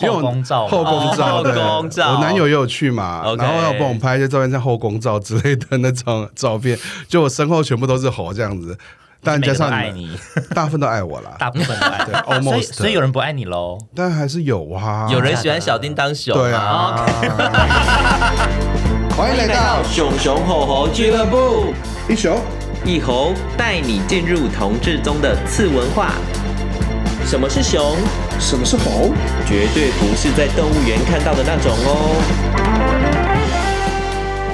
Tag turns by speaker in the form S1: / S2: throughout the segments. S1: 因为
S2: 后
S1: 我
S2: 宫照嘛，
S1: 后宫照，
S3: 哦
S1: 对
S3: 后宫照
S1: 我男友也有去嘛
S3: OK
S1: 然后要帮我们拍一些照片，像后宫照之类的那种照片， 就我身后全部都是猴这样子，但
S2: 每
S1: 加
S2: 个都
S1: 上
S2: 爱
S1: 们
S2: 你，
S1: 大部分都爱我啦，
S2: 大部分都爱
S1: 对
S2: 你，所以
S1: almost
S2: 所以有人不爱你喽。
S1: 但还是有啊，
S3: 有人喜欢小叮当熊，哦
S1: 对啊。 欢迎来到
S3: 熊熊吼吼俱乐部，
S1: 一雄，
S3: 一猴带你进入同志中的次文化。什么是熊？
S1: 什么是猴？
S3: 绝对不是在动物园看到的那种哦。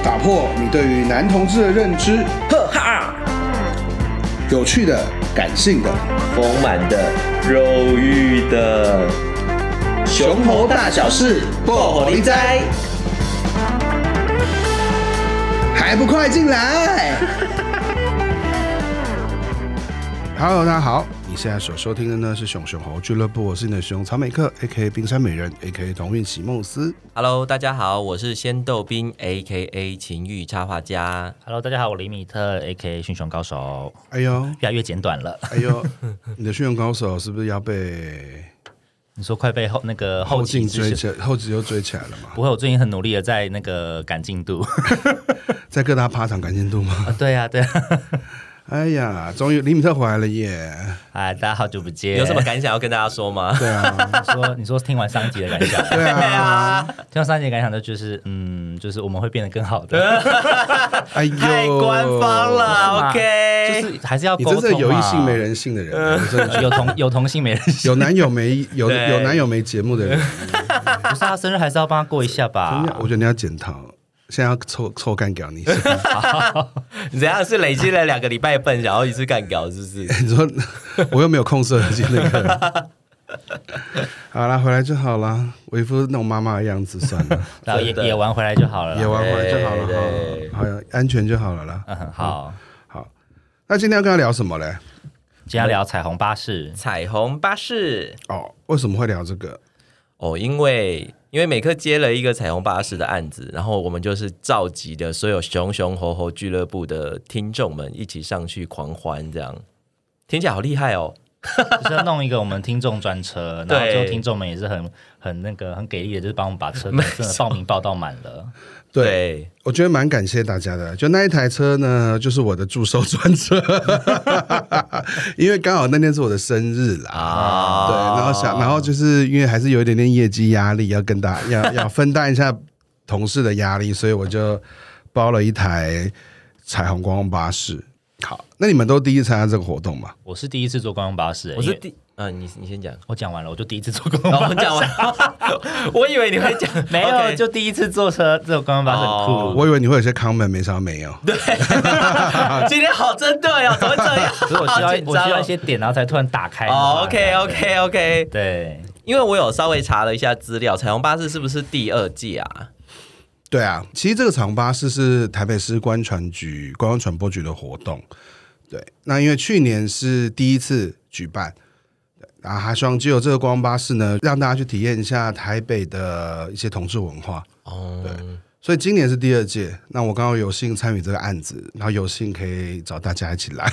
S1: 打破你对于男同志的认知，
S3: 呵哈，
S1: 有趣的、感性的，
S3: 丰满的，肉欲的，熊猴大小事，爆火力哉！
S1: 还不快进来 ！Hello，大家好，你现在所收听的呢是熊熊猴俱乐部，我是你的熊草莓克，A.K.A. 冰山美人，A.K.A. 同运席梦思。
S3: Hello，大家好，我是仙豆冰 A K A 情欲插画家。
S2: Hello，大家好，我李米特，A.K. 驯熊高手，
S1: 哎呦，
S2: 越来越简短了。
S1: 哎呦， 你的驯龙高手是不是要被
S2: 你说快被后那个
S1: 后
S2: 后
S1: 进
S2: 进
S1: 追起来，后进又追起来了嘛？
S2: 不会，我最近很努力的在那个赶进 度。
S1: 在各大趴场感进度吗？
S2: 啊对啊，对啊，
S1: 哎呀，终于李米特回来了耶！
S2: 哎，大家好久不见。
S3: 有什么感想要跟大家说吗？
S1: 对 啊，
S2: 你说你说听完上一集的 感想，
S1: 对啊，
S2: 听完上一集的感想呢，就是嗯，就是我们会变得更好
S1: 啊
S2: 的，
S1: 哎呦，
S3: 太官方了，OK，
S2: 就是还是要
S1: 你
S2: 沟
S1: 真
S2: 通
S1: 是有异
S2: 嘛
S1: 性没人性的人，啊我真的觉得
S2: 有同有同性 没人性，
S1: 有男友没 有
S3: 对
S1: 有男友没节目的人，
S2: 不是他啊生日还是要帮他过一下吧？
S1: 我觉得你要检讨，现在要臭臭干掉你。
S3: 你怎样是累积了两个礼拜笨，然后一次干掉，是不是？
S1: 你说 我又没有控色机那个。好啦，回来就好啦，我一副那种妈妈的样子算了，
S2: 然后也
S3: 真的
S2: 也玩回来就好了啦。
S1: 也玩回来就好了
S3: 对
S1: 哈，好像安全就好了啦。
S2: 嗯，很好。
S1: 好，那今天要跟他聊什么嘞？
S2: 今天要聊彩虹巴士，
S3: 彩虹巴士
S1: 哦，为什么会聊这个？
S3: 哦，因为因为美克接了一个彩虹巴士的案子，然后我们就是召集的所有熊熊猴猴俱乐部的听众们一起上去狂欢，这样听起来好厉害哦。
S2: 就是要弄一个我们听众专车，然后
S3: 对
S2: 之后听众们也是很很那个很给力的，就是帮我们把车真的报名报到满了。
S1: 对，我觉得蛮感谢大家的。就那一台车呢，就是我的祝寿专车， 因为刚好那天是我的生日啦。
S3: 啊，
S1: 对，然后想，然后就是因为还是有一点点业绩压力，要跟大 要要分担一下同事的压力，所以我就包了一台彩虹观光巴士。好，那你们都第一次参加这个活动嘛？
S2: 我是第一次坐观光巴士，欸
S3: 我是
S2: 因为
S3: 第嗯、你 你先讲。
S2: 我讲完了，我就第一次坐观光巴
S3: 然后
S2: 士
S3: 我。讲完，我以为你会 讲，
S2: 没有，
S3: OK
S2: 就第一次坐车，这种观光巴士很
S3: 哦
S2: 酷。
S1: 我以为你会有些 comment，没想到没有。啊
S3: 今天好针对哦，怎么会这 样？
S2: 所以我需
S3: 好
S2: 要
S3: 紧
S2: 我需
S3: 张
S2: 要
S3: 哦
S2: 一些点，然后才突然打开。
S3: 哦，OK OK OK，
S2: 对，
S3: 因为我有稍微查了一下资料，彩虹巴士是不是第二 季啊？
S1: 对啊，其实这个彩虹巴士是台北市观传局观光传播局的活动。对，那因为去年是第一次举办，对然后还希望借由这个观光巴士呢，让大家去体验一下台北的一些同志文化。
S3: 哦，
S1: 所以今年是第二届，那我刚好有幸参与这个案子，然后有幸可以找大家一起来，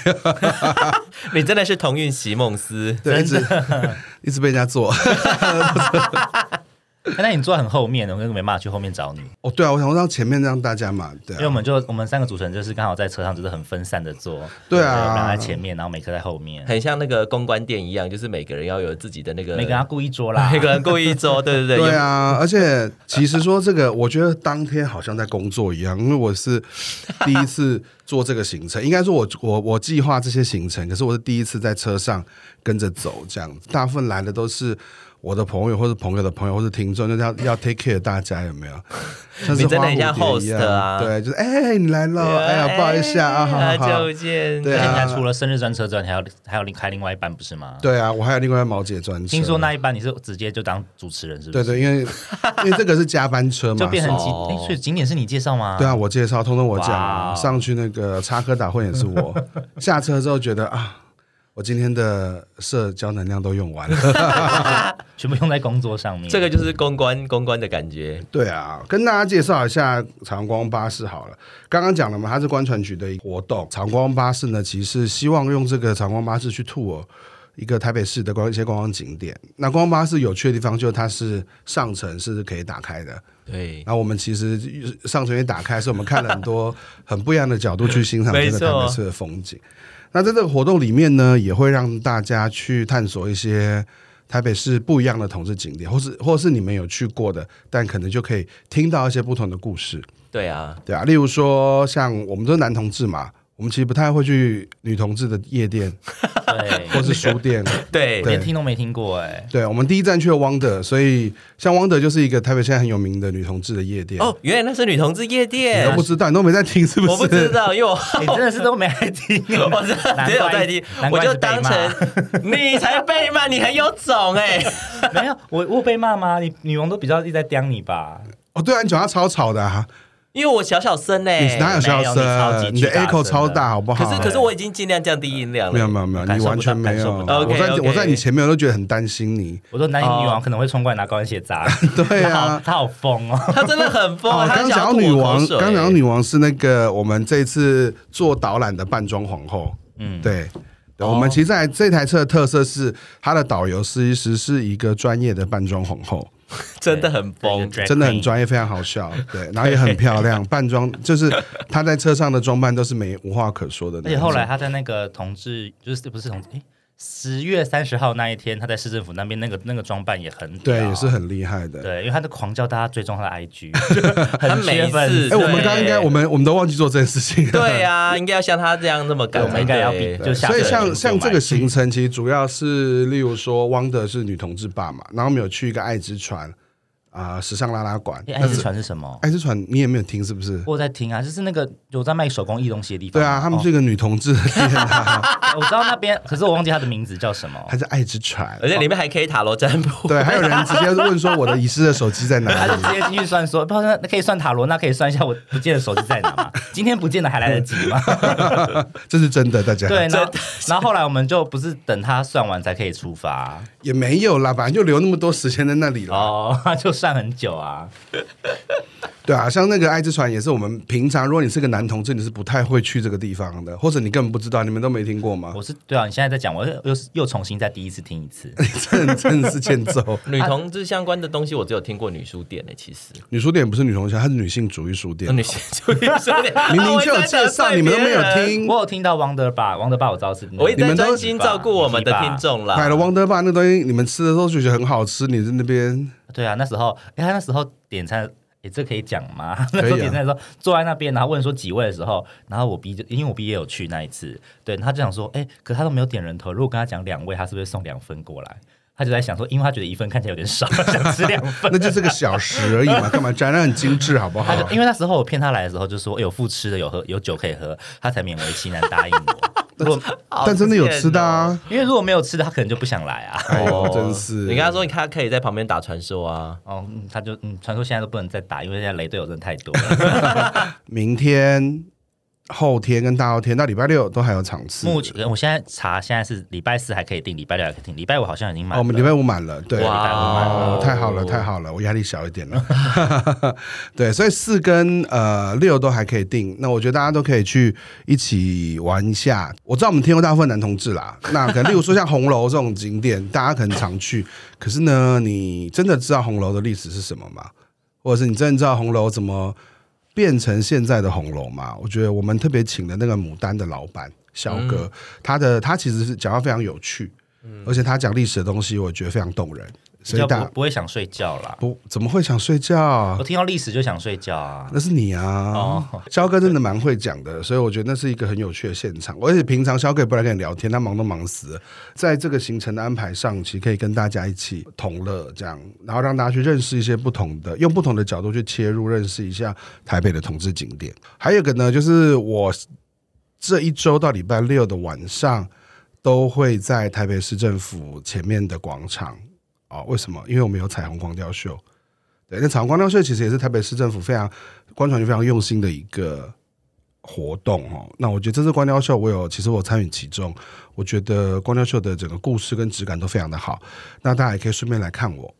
S3: 你真的是同运席梦思，
S1: 对，一直一直被人家做。
S2: 哎那你坐很后面，我根本没办法去后面找你，
S1: 哦，对啊，我想让前面让大家嘛，对
S2: 因为我
S1: 啊，
S2: 们就我们三个主持人就是刚好在车上，就是很分散的坐。
S1: 对啊
S2: 然后在前面，然后每个在后面，
S3: 很像那个公关店一样，就是每个人要有自己的那个，
S2: 每个人要顾一桌啦
S3: 每。个人故 意做，对对对，
S1: 对
S3: 有
S1: 啊，而且其实说这个，我觉得当天好像在工作一样，因为我是第一次做这个行程，应该说我我我计划这些行程，可是我是第一次在车上跟着走这样子，大部分来的都是。我的朋友，或是朋友的朋友，或是听众，就是要要 take care 大家有没有？像是
S3: 你真的
S1: 花
S3: 很像
S1: 蝴蝶一
S3: host 啊
S1: 样，对，就是哎、你来了，哎呀，不好意思啊，啊，好
S3: 哎
S1: 好好
S3: 就见，
S1: 对
S2: 而且你
S1: 啊
S2: 还除了生日专车之外，你还要还要另开另外一班，不是吗？。
S1: 对啊，我还有另外毛姐专车，
S2: 听说那一班你是直接就当主持人，是不
S1: 对
S2: 是？
S1: 对，因为因为这个是加班车嘛，
S2: 就变成景，
S3: 哦
S2: 哎，所以景点是你介绍吗？
S1: 对啊，我介绍，通通我讲啊、
S2: 哇哦
S1: 上去那个插科打诨也是 我。下车之后觉得啊，我今天的社交能量都用完 了。
S2: 全部用在工作上面。
S3: 这个就是公关公关的感觉，
S1: 对啊，跟大家介绍一下长光巴士好了。刚刚讲了嘛，它是观船局的活动。长光巴士呢，其实是希望用这个长光巴士去 tour 一个台北市的观一些观光景点。那观光巴士有趣的地方就是它是上层是可以打开的，
S3: 对，
S1: 那我们其实上层也打开，是我们看了很多很不一样的角度去欣赏这
S3: 没
S1: 个
S3: 错
S1: 台北市的风景。那在这个活动里面呢，也会让大家去探索一些台北市不一样的统治景点，或是或是你们有去过的，但可能就可以听到一些不同的故事，
S3: 对啊，
S1: 对啊。例如说，像我们都是男同志嘛，我们其实不太会去女同志的夜店
S2: 对，
S1: 或是书 店。
S3: 对
S2: 我连听都没听过哎、
S1: 对，我们第一站去了 Wonder，所以像 Wonder 就是一个台北现在很有名的女同志的夜店。
S3: 哦，原来那是女同志夜
S1: 你
S3: 店
S1: 都不，知道，你都没在听，是不是？
S3: 我不知道，因 为我。
S2: 你真的是都没爱听，
S3: 我真的
S2: 难
S3: 只有
S2: 怪
S3: 在听，
S2: 难
S3: 我
S2: 怪
S3: 就是
S2: 被
S3: 当
S2: 骂
S3: 成你才被骂，你很有种哎、
S2: 没有我我有被骂吗？你女王都比较一直在刁你吧？
S1: 哦，对啊，你讲话超吵的、啊，
S3: 因为我小小声哎、
S1: 你哪有小
S2: 没有你超级
S1: 声？你的
S2: 巨大
S1: echo
S2: 声
S1: 超
S2: 的
S1: 大，好不好？
S3: 可是可是我已经尽量降低音量了，
S1: 没有没有没有，
S2: 感
S1: 你
S2: 受不
S1: 完全
S2: 到
S1: 没
S2: 感
S1: 有。
S2: 受不到
S1: 我在
S3: OK，OK
S1: 我在你前面，我都觉得很担心你。
S2: 我说男女
S3: 哦
S2: 王可能会冲过来拿高跟鞋砸，
S1: 对
S2: 他 好
S1: 啊，
S2: 他好疯哦。
S3: 他真的很疯，啊
S1: 哦
S3: 他
S1: 刚讲
S3: 想要
S1: 到
S3: 吐
S1: 女
S3: 我口
S1: 王，
S3: 水
S1: 刚讲到
S2: 欸
S1: 女王是那个我们这次做导览的扮装皇后。嗯，对。
S2: 哦
S1: 对我们其实在这台车的特色是，它的导游是其实是一个专业的扮装皇后，
S3: 真的很疯，
S2: 对
S1: 真的 很，专业，非常好笑，对，然后也很漂亮， 扮装就是她在车上的装扮都是没无话可说的
S2: 而
S1: 那种。
S2: 且后来他在那个同志，就是不是同志，十月三十号那一天，他在市政府那边那个那个装扮也很屌
S1: 对也是很厉害的，哎
S2: 啊对，因为他在狂叫大家追踪他的 IG，就很缺粉丝。
S3: 他每一次
S1: 哎、
S3: 对
S1: 我们刚刚应该，我们我们都忘记做这件事情了。
S3: 对啊，应该要像他这样那么
S2: 对
S3: 敢
S2: 我
S3: 才
S2: 们
S3: 对，
S2: 应该要比就下
S1: 所以
S2: 个
S1: 像
S2: 人
S1: 像
S2: 就
S1: 这
S2: 买
S1: 个行程，其实主要是，例如说，汪德是女同志爸嘛，然后我们有去一个爱之船啊、时尚拉拉馆。
S2: 哎爱之船是什么？
S1: 爱之船你也没有听是不是？
S2: 我有在听啊，就是那个有在卖手工艺东西的地方。
S1: 对啊，他们是
S2: 哦
S1: 一个女同志的 店啊，
S2: 我知道那边，可是我忘记他的名字叫什么。
S1: 还是爱之船
S3: 而。且里面还可以塔罗占卜，
S1: 对，还 有人直啊接问说我的遗失的手机在哪
S2: 他就
S1: 里？
S2: 直接进去算说，不知道那可以算塔罗，那可以算一下我不见的手机在哪 嘛？今天不见的还来得及吗？
S1: 这是真的，大家
S2: 对，然后然后后来我们就不是等他算完才可以出发
S1: 也没有啦，反正就留那么多时间在那里了。
S2: 哦，他就算很久啊。
S1: 对啊，像那个爱之船也是我们平常，如果你是个男同志，你是不太会去这个地方的，或者你根本不知道，你们都没听过吗？
S2: 我是对啊，你现在在讲，我又又是又重新再第一次听一次。
S1: 真的真的是欠揍。
S3: 女同志相关的东西，我只有听过女书店呢、其实
S1: 女书店不是女同学，它是女性主义书店。
S3: 女性主义书 店啊
S1: 明明
S3: 我一直
S1: 就有
S3: 在
S1: 介
S3: 得
S1: 绍，
S3: 罪
S1: 你们都没
S3: 别
S1: 有
S3: 人，
S1: 听。
S2: 我有听到 Wonder Bar，Wonder Bar 我知道是那个，
S3: 我一直
S1: 你
S3: 在
S1: 们都
S3: 专心照顾我们的听众啦。
S1: 买了 Wonder Bar 那东西，你们吃的时候就觉得很好吃，你在那边
S2: 对啊，那时候，哎、他那时候点餐，哎，这可以讲吗？ 那
S1: 以啊
S2: 时候点餐的时候，坐在那边，然后问说几位的时候，然后我 B 就因为我 B 也有去那一次，对，他就想说，哎、可他都没有点人头，如果跟他讲两位，他是不是送两份过来？他就在想说，因为他觉得一份看起来有点少， 想吃两份。
S1: 那就是个小时而已嘛，干嘛沾？那很精致，好不好
S2: 他？ 就因为那时候我骗他来的时候，就说哎有付吃的，有喝有酒可以喝，他才勉为其难答应我。 如果
S3: 好
S1: 但真的有
S3: 贱
S1: 吃的啊！
S2: 因为如果没有吃的，他可能就不想来啊。
S1: 哎呦
S3: 哦，，
S1: 真是！
S3: 你跟他说，你看他可以在旁边打传说啊，
S2: 哦，嗯他就嗯，传说现在都不能再打，因为现在雷队友真的太多了。
S1: 明天、后天跟大后天到礼拜六都还有场次。
S2: 目前我现在查，现在是礼拜四还可以订，礼拜六还可以订，礼拜五好像已经满
S1: 哦，
S2: 了。
S1: 我们礼拜五满了，对，
S3: 哇
S1: 哦
S3: 哦
S1: 太好了，太好了，我压力小一点了。 对，所以四跟呃六都还可以定，那我觉得大家都可以去一起玩一下。我知道我们听过大部分男同志啦，那可能例如说像红楼这种景点，大家可能常去，可是呢，你真的知道红楼的历史是什么吗？或者是你真的知道红楼怎么变成现在的红楼吗？我觉得我们特别请的那个牡丹的老板小哥，
S2: 嗯
S1: 他的他其实是讲话非常有趣。而且他讲历史的东西，我觉得非常动人，所以
S2: 比
S1: 大
S2: 较
S1: 家
S2: 不不会想睡觉啦。
S1: 不怎么会想睡觉
S2: 我？听到历史就想睡 觉啊。
S1: 那是你啊，肖哥真的蛮会讲的，所以我觉得那是一个很有趣的现场。而且平常肖哥也不来跟你聊天，他忙都忙死了。在这个行程的安排上，其实可以跟大家一起同乐，这样，然后让大家去认识一些不同的，用不同的角度去切入，认识一下台北的同志景点。还有一个呢，就是我这一周到礼拜六的晚上，都会在台北市政府前面的广场。哦，为什么？因为我们有彩虹光雕秀。对，那彩虹光雕秀其实也是台北市政府非常观传局非常用心的一个活动哦。那我觉得这次光雕秀，我有其实我有参与其中，我觉得光雕秀的整个故事跟质感都非常的好。那大家也可以顺便来看我。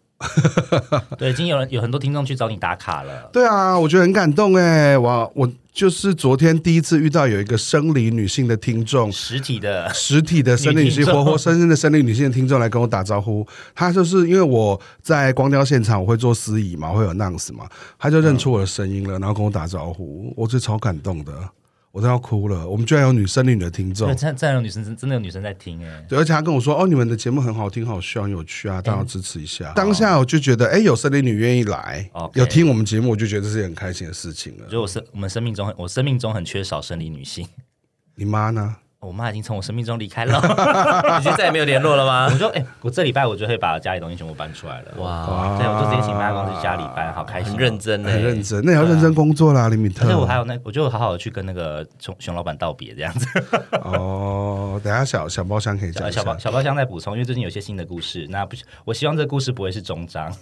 S2: 对，已经有人有很多听众去找你打卡了。
S1: 对啊，我觉得很感动哎，哇，我就是昨天第一次遇到有一个生理女性的听众，
S2: 实体的，
S1: 实体的生理女
S2: 女
S1: 性，
S2: 听众
S1: 活活生生的生理女性的听众来跟我打招呼。她就是因为我在光雕现场，我会做司仪嘛，会有 announce 嘛，她就认出我的声音了，然后跟我打招呼，我觉得超感动的，我都要哭了。我们居然有女生女的听众
S2: 对，， 真真的有女生真的有女生在听哎、
S1: 对，而且她跟我说：“哦，你们的节目很好听，好笑，很有趣啊，当然要支持一下。当下我就觉得，哎，有生理女愿意来
S2: OK
S1: 有听我们节目，我就觉得这是件很开心的事情了
S2: 我。觉得我生我们生命中很我生命中很缺少生理女性，
S1: 你妈呢？
S2: 我妈已经从我生命中离 开了。
S3: 已经再也没有联络了
S2: 我
S3: 吗？
S2: 就哎、我这礼拜我就会把家里东西全部搬出来了。
S3: 哇，
S1: 哇，
S2: 对，我就直接请妈妈去家里搬，好开心、
S3: 哎
S2: 哦
S3: 很认。真呢，欸
S1: 很认真，那也要认真工作啦，李米特。
S2: 嗯而且我还有那，我就好好的去跟那个熊熊老板道别这样子。
S1: 哦，等一下小小包厢可以讲
S2: 小
S1: 一下
S2: 小。包小包厢在补充，因为最近有一些新的故事。那不，我希望这个故事不会是终章。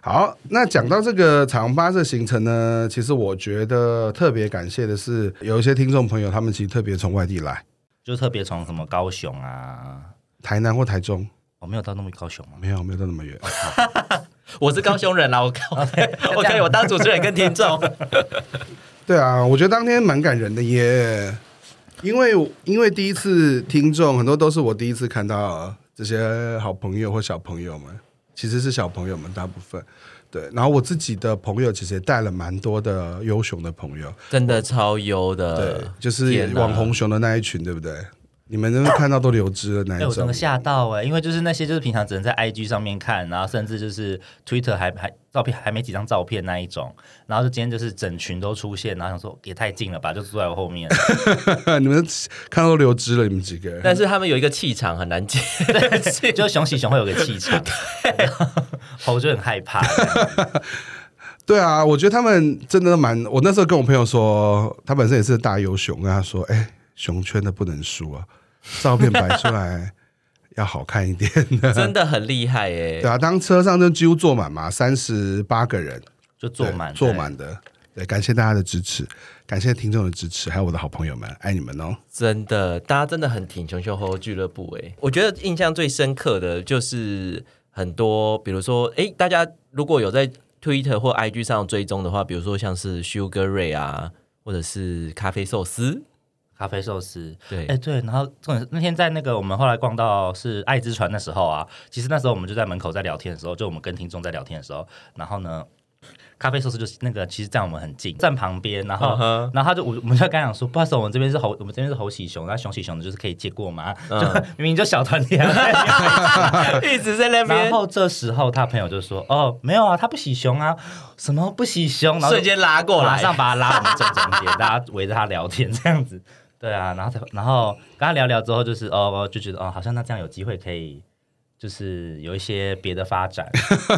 S1: 好，那讲到这个彩虹巴士行程呢，其实我觉得特别感谢的是，有一些听众朋友，他们其实特别从外地来，
S2: 就特别从什么高雄啊，
S1: 台南或台中，
S2: 我、没有到那么高雄吗？
S1: 没有没有到那么远。
S3: 我是高雄人啦，我 OK，我当主持人跟听众，
S1: 对啊，我觉得当天蛮感人的耶，因为因为第一次听众很多都是我第一次看到这些好朋友或小朋友们，其实是小朋友们大部分。对，然后我自己的朋友其实也带了蛮多的优雄的朋友，
S3: 真的超优
S2: 呃
S3: 的
S1: 对，，就是
S3: 天哪
S1: 网红熊的那一群，对不对？你们真的看到都流汁的那
S2: 哎、
S1: 一
S2: 我整
S1: 种
S2: 个。吓到哎、因为就是那些就是平常只能在 IG 上面看，然后甚至就是 Twitter 还还照片还没几张照片那一种，然后就今天就是整群都出现，然后想说也太近了吧，就坐在我后 面，
S1: 你们看到都流汁了，你们几个 人。
S3: 但是他们有一个气场很难 接，
S2: 就是熊喜熊会有个气场， 我就很害怕。
S1: 对啊，我觉得他们真的蛮……我那时候跟我朋友说，他本身也是大优熊，跟他说：“哎、熊圈的不能输啊，照片摆出来要好看一点 的。
S3: 真的很厉害欸耶
S1: 对。啊，当车上就几乎坐满嘛，三十八个人
S2: 就坐满
S1: 对坐，满的。对，感谢大家的支持，感谢听众的支持，还有我的好朋友们，爱你们哦。
S3: 真的，大家真的很挺熊熊猴俱乐部哎。我觉得印象最深刻的就是很多，比如说哎，大家如果有在 Twitter 或 IG 上追踪的话，比如说像是 Sugar Ray 啊，或者是咖啡寿司，
S2: 咖啡寿司。
S3: 对
S2: 哎、对，然后重点是那天在那个我们后来逛到是爱之船的时候啊，其实那时候我们就在门口在聊天的时候，就我们跟听众在聊天的时候，然后呢，咖啡寿司就是那个其实站我们很近，站旁边，然后、
S3: 嗯哼
S2: 然后他就我我们就刚讲说，不好意思，我们这边是猴，我们这边是猴喜熊，那熊喜熊的就是可以借过吗？就 明明就小团体啊。
S3: 一直在那
S2: 然
S3: 边
S2: 后这时候他朋友就说：“哦，没有啊，他不喜熊啊，什么不喜熊？”然后就
S3: 瞬间拉过
S2: 马
S3: 来，
S2: 上把他拉我们正中间， 大家围着他聊天这样子。对啊，然后才然后跟他聊聊之后，就是哦，就觉得哦，好像那这样有机会可以，就是有一些别的发 展，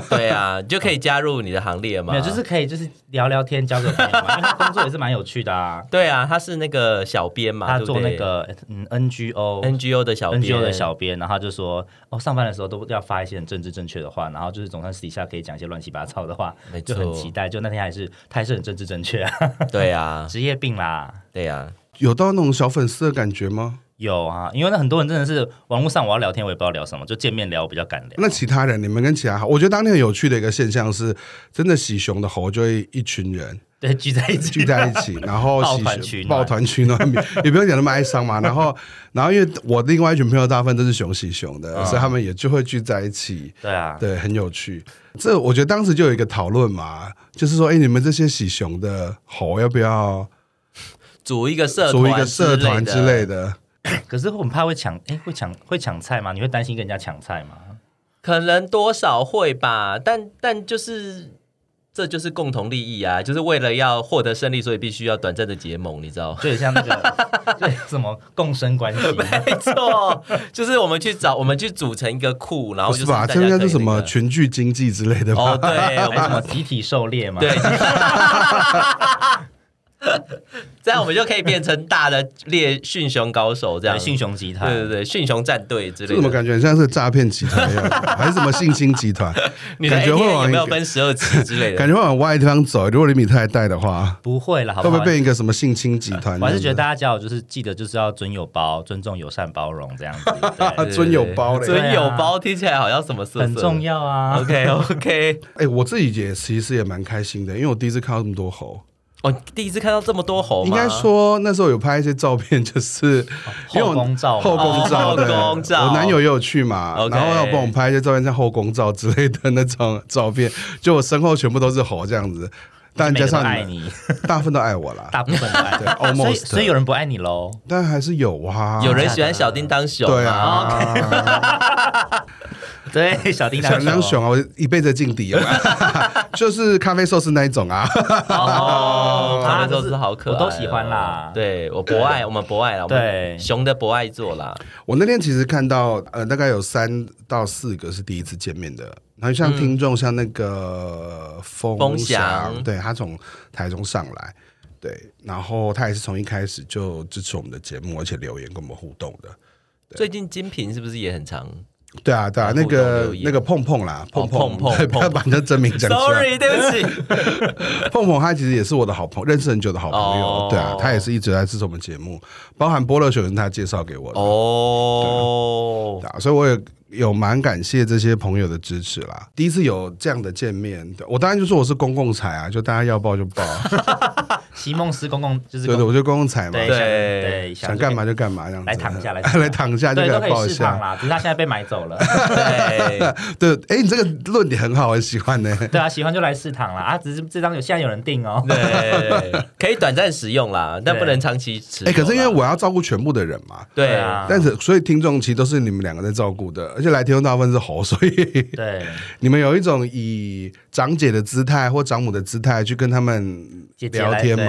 S3: 对啊，你就可以加入你的行列嘛。
S2: 没有，就是可以就是聊聊天，交个朋友嘛， 因为他工作也是蛮有趣的啊。
S3: 对啊，他是那个小编嘛，
S2: 他
S3: 对不
S2: 做那
S3: 对
S2: 个嗯 NGO。
S3: NGO 的小编
S2: NGO 的小编，然后他就说，哦，上班的时候都要发一些很政治正确的话，然后就是总算私底下可以讲一些乱七八糟的话
S3: 没，
S2: 就
S3: 错
S2: 很期待。就那天还是他还是很政治正确、啊，
S3: 对啊，
S2: 职业病啦。
S3: 对啊，
S1: 有到那种小粉丝的感觉吗？
S2: 有啊，因为那很多人真的是网络上我要聊天，我也不知道聊什么，就见面聊我比较敢聊。
S1: 那其他人，你们跟其他，我觉得当天很有趣的一个现象是，真的喜熊的猴就会一群人
S2: 对，聚在一
S1: 聚
S2: 起，
S1: 在一起，然后
S2: 抱
S1: 喜
S2: 团
S1: 熊
S2: 取
S3: 啊
S2: 暖
S1: 抱团取暖，也不用讲那么哀伤嘛。然后，然后因为我另外一群朋友大部分都是熊喜熊
S3: 啊
S1: 的，所以他们也就会聚在一起。
S2: 对啊，
S1: 对，很有趣。这我觉得当时就有一个讨论嘛，就是说，哎，你们这些喜熊的猴要不要
S3: 组一个社
S1: 组一个
S3: 之
S1: 社团之类
S3: 的，
S1: 的？
S2: 可是我很怕会抢，哎、会抢会抢菜吗？你会担心跟人家抢菜 吗？？
S3: 可能多少会吧，但但就是这就是共同利益啊，就是为了要获得胜利，所以必须要短暂的结盟，你知道
S2: 就很像那个对什么共生关系，
S3: 没错，就是我们去找，我们去组成一个库，然后
S1: 不
S3: 就是是
S1: 吧？
S3: 大
S1: 这
S3: 家
S1: 应该
S3: 可以
S1: 是什
S3: 那
S1: 么
S3: 个
S1: 群聚经济之类的吧？
S3: 哦，对，我
S2: 还有
S3: 们
S2: 什么集体狩猎嘛？
S3: 对，， 这样我们就可以变成大的猎驯熊高手，这样
S2: 对，驯熊集
S3: 对对
S2: 团，
S3: 对，驯熊战队之
S1: 这
S3: 类
S1: 怎么
S3: 的。
S1: 感觉很像是诈骗集团一 样，还是什么性侵集团？
S3: 你的
S1: 感
S3: A
S1: 觉会
S3: T 有
S1: 往一
S3: 没有
S1: 个
S3: 分十二级之类的？
S1: 感觉会往歪的地方走。如果你米太带的话，
S2: 不会啦，好
S1: 会
S2: 不
S1: 不
S2: 好
S1: 会？变一个什么性侵集团？
S2: 我还是觉得大家交友就是记得就是要尊友包、尊重、友善、包容这 样子，
S1: 啊，
S2: 对
S1: 尊有包嘞。
S2: 对
S3: 尊
S2: 啊
S3: 有包听起来好像什么色色，
S2: 很重。要
S1: 呃
S2: 啊。
S3: OK OK，
S1: 哎、我自己也其实也蛮开心的，因为我第一次看到这么多猴。
S3: 哦，你第一次看到这么多猴吗，
S1: 应该说那时候有拍一些照片， 就是因为我
S2: 后宫照嘛
S1: 后宫照，
S3: 哦
S1: 对
S3: 后宫照
S1: 我男友也有去嘛
S3: OK
S1: 然后要帮我们拍一些照片，像后宫照之类的那种照片，就我身后全部都是猴这样子，但
S2: 每
S1: 加
S2: 个都
S1: 上
S2: 爱
S1: 们
S2: 你，
S1: 大部分都爱我啦，
S2: 大部分都爱
S1: 对
S2: 你，所以
S1: almost
S2: 所以有人不爱你喽。
S1: 但还是有啊，
S3: 有人喜欢小叮当熊
S1: 对
S3: 啊，哦
S1: 啊，
S2: 对，小叮当
S1: 小张熊啊，我一辈子的劲敌 啊，就是咖啡寿司那一种啊，
S3: 哦，他们都是好可爱哦，
S2: 我都喜欢啦
S3: 对我博爱，我们博爱啦，我们
S2: 对
S3: 熊的博爱座啦，
S1: 我那天其实看到，呃，大概有三到四个是第一次见面的，然后像听众，像那个风
S3: 风
S1: 翔，
S3: 翔
S1: 对他从台中上来，对，然后他也是从一开始就支持我们的节目，而且留言跟我们互动的，
S3: 最近金瓶是不是也很长
S1: 对啊，对啊，那
S3: 哦互动
S1: 个
S3: 留言
S1: 那个碰碰啦，
S3: 哦
S1: 碰碰，
S3: 碰 碰
S1: 对
S3: 碰
S1: 不要把他真名讲出来。
S3: ？Sorry，对不起，
S1: 碰碰他其实也是我的好朋友，认识很久的好朋友，
S3: 哦
S1: 对啊，他也是一直在支持我们节目，包含波乐熊也是他介绍给我的，
S3: 哦，
S1: 对啊，所以我也有蛮感谢这些朋友的支持啦。第一次有这样的见面，对我当然就说我是公共财啊，就大家要报就报，啊
S2: 席梦思公共就是
S1: 对对，
S2: 公
S1: 我就公共财嘛
S2: 对，
S3: 对
S2: 想对
S1: 想干嘛就干嘛，这样子
S2: 来躺 下来
S1: 来躺下就
S2: 对
S1: 给
S2: 都
S1: 他
S2: 可
S1: 报
S2: 以
S1: 一
S2: 释放
S1: 下。
S2: 啦，只是他现在被买走 了。
S3: 对，啊
S1: 对，哎，你这个论点很好，我很喜欢呢、
S2: 对啊，喜欢就来试躺啦啊！只是这张有现在有人订哦。
S3: 对， 可以短暂使用啦，但
S2: 对
S3: 不能长期持有
S1: 哎，
S3: 啦。
S1: 可是因为我要照顾全部的人嘛，
S3: 对
S2: 啊，
S1: 但是所以听众其实都是你们两个在照顾的，而且来听众大部分是猴，所以
S2: 对，
S1: 你们有一种以长姐的姿态或长母的姿态去跟他们
S2: 姐姐
S1: 聊
S2: 来
S1: 天
S2: 对
S1: 吗？哦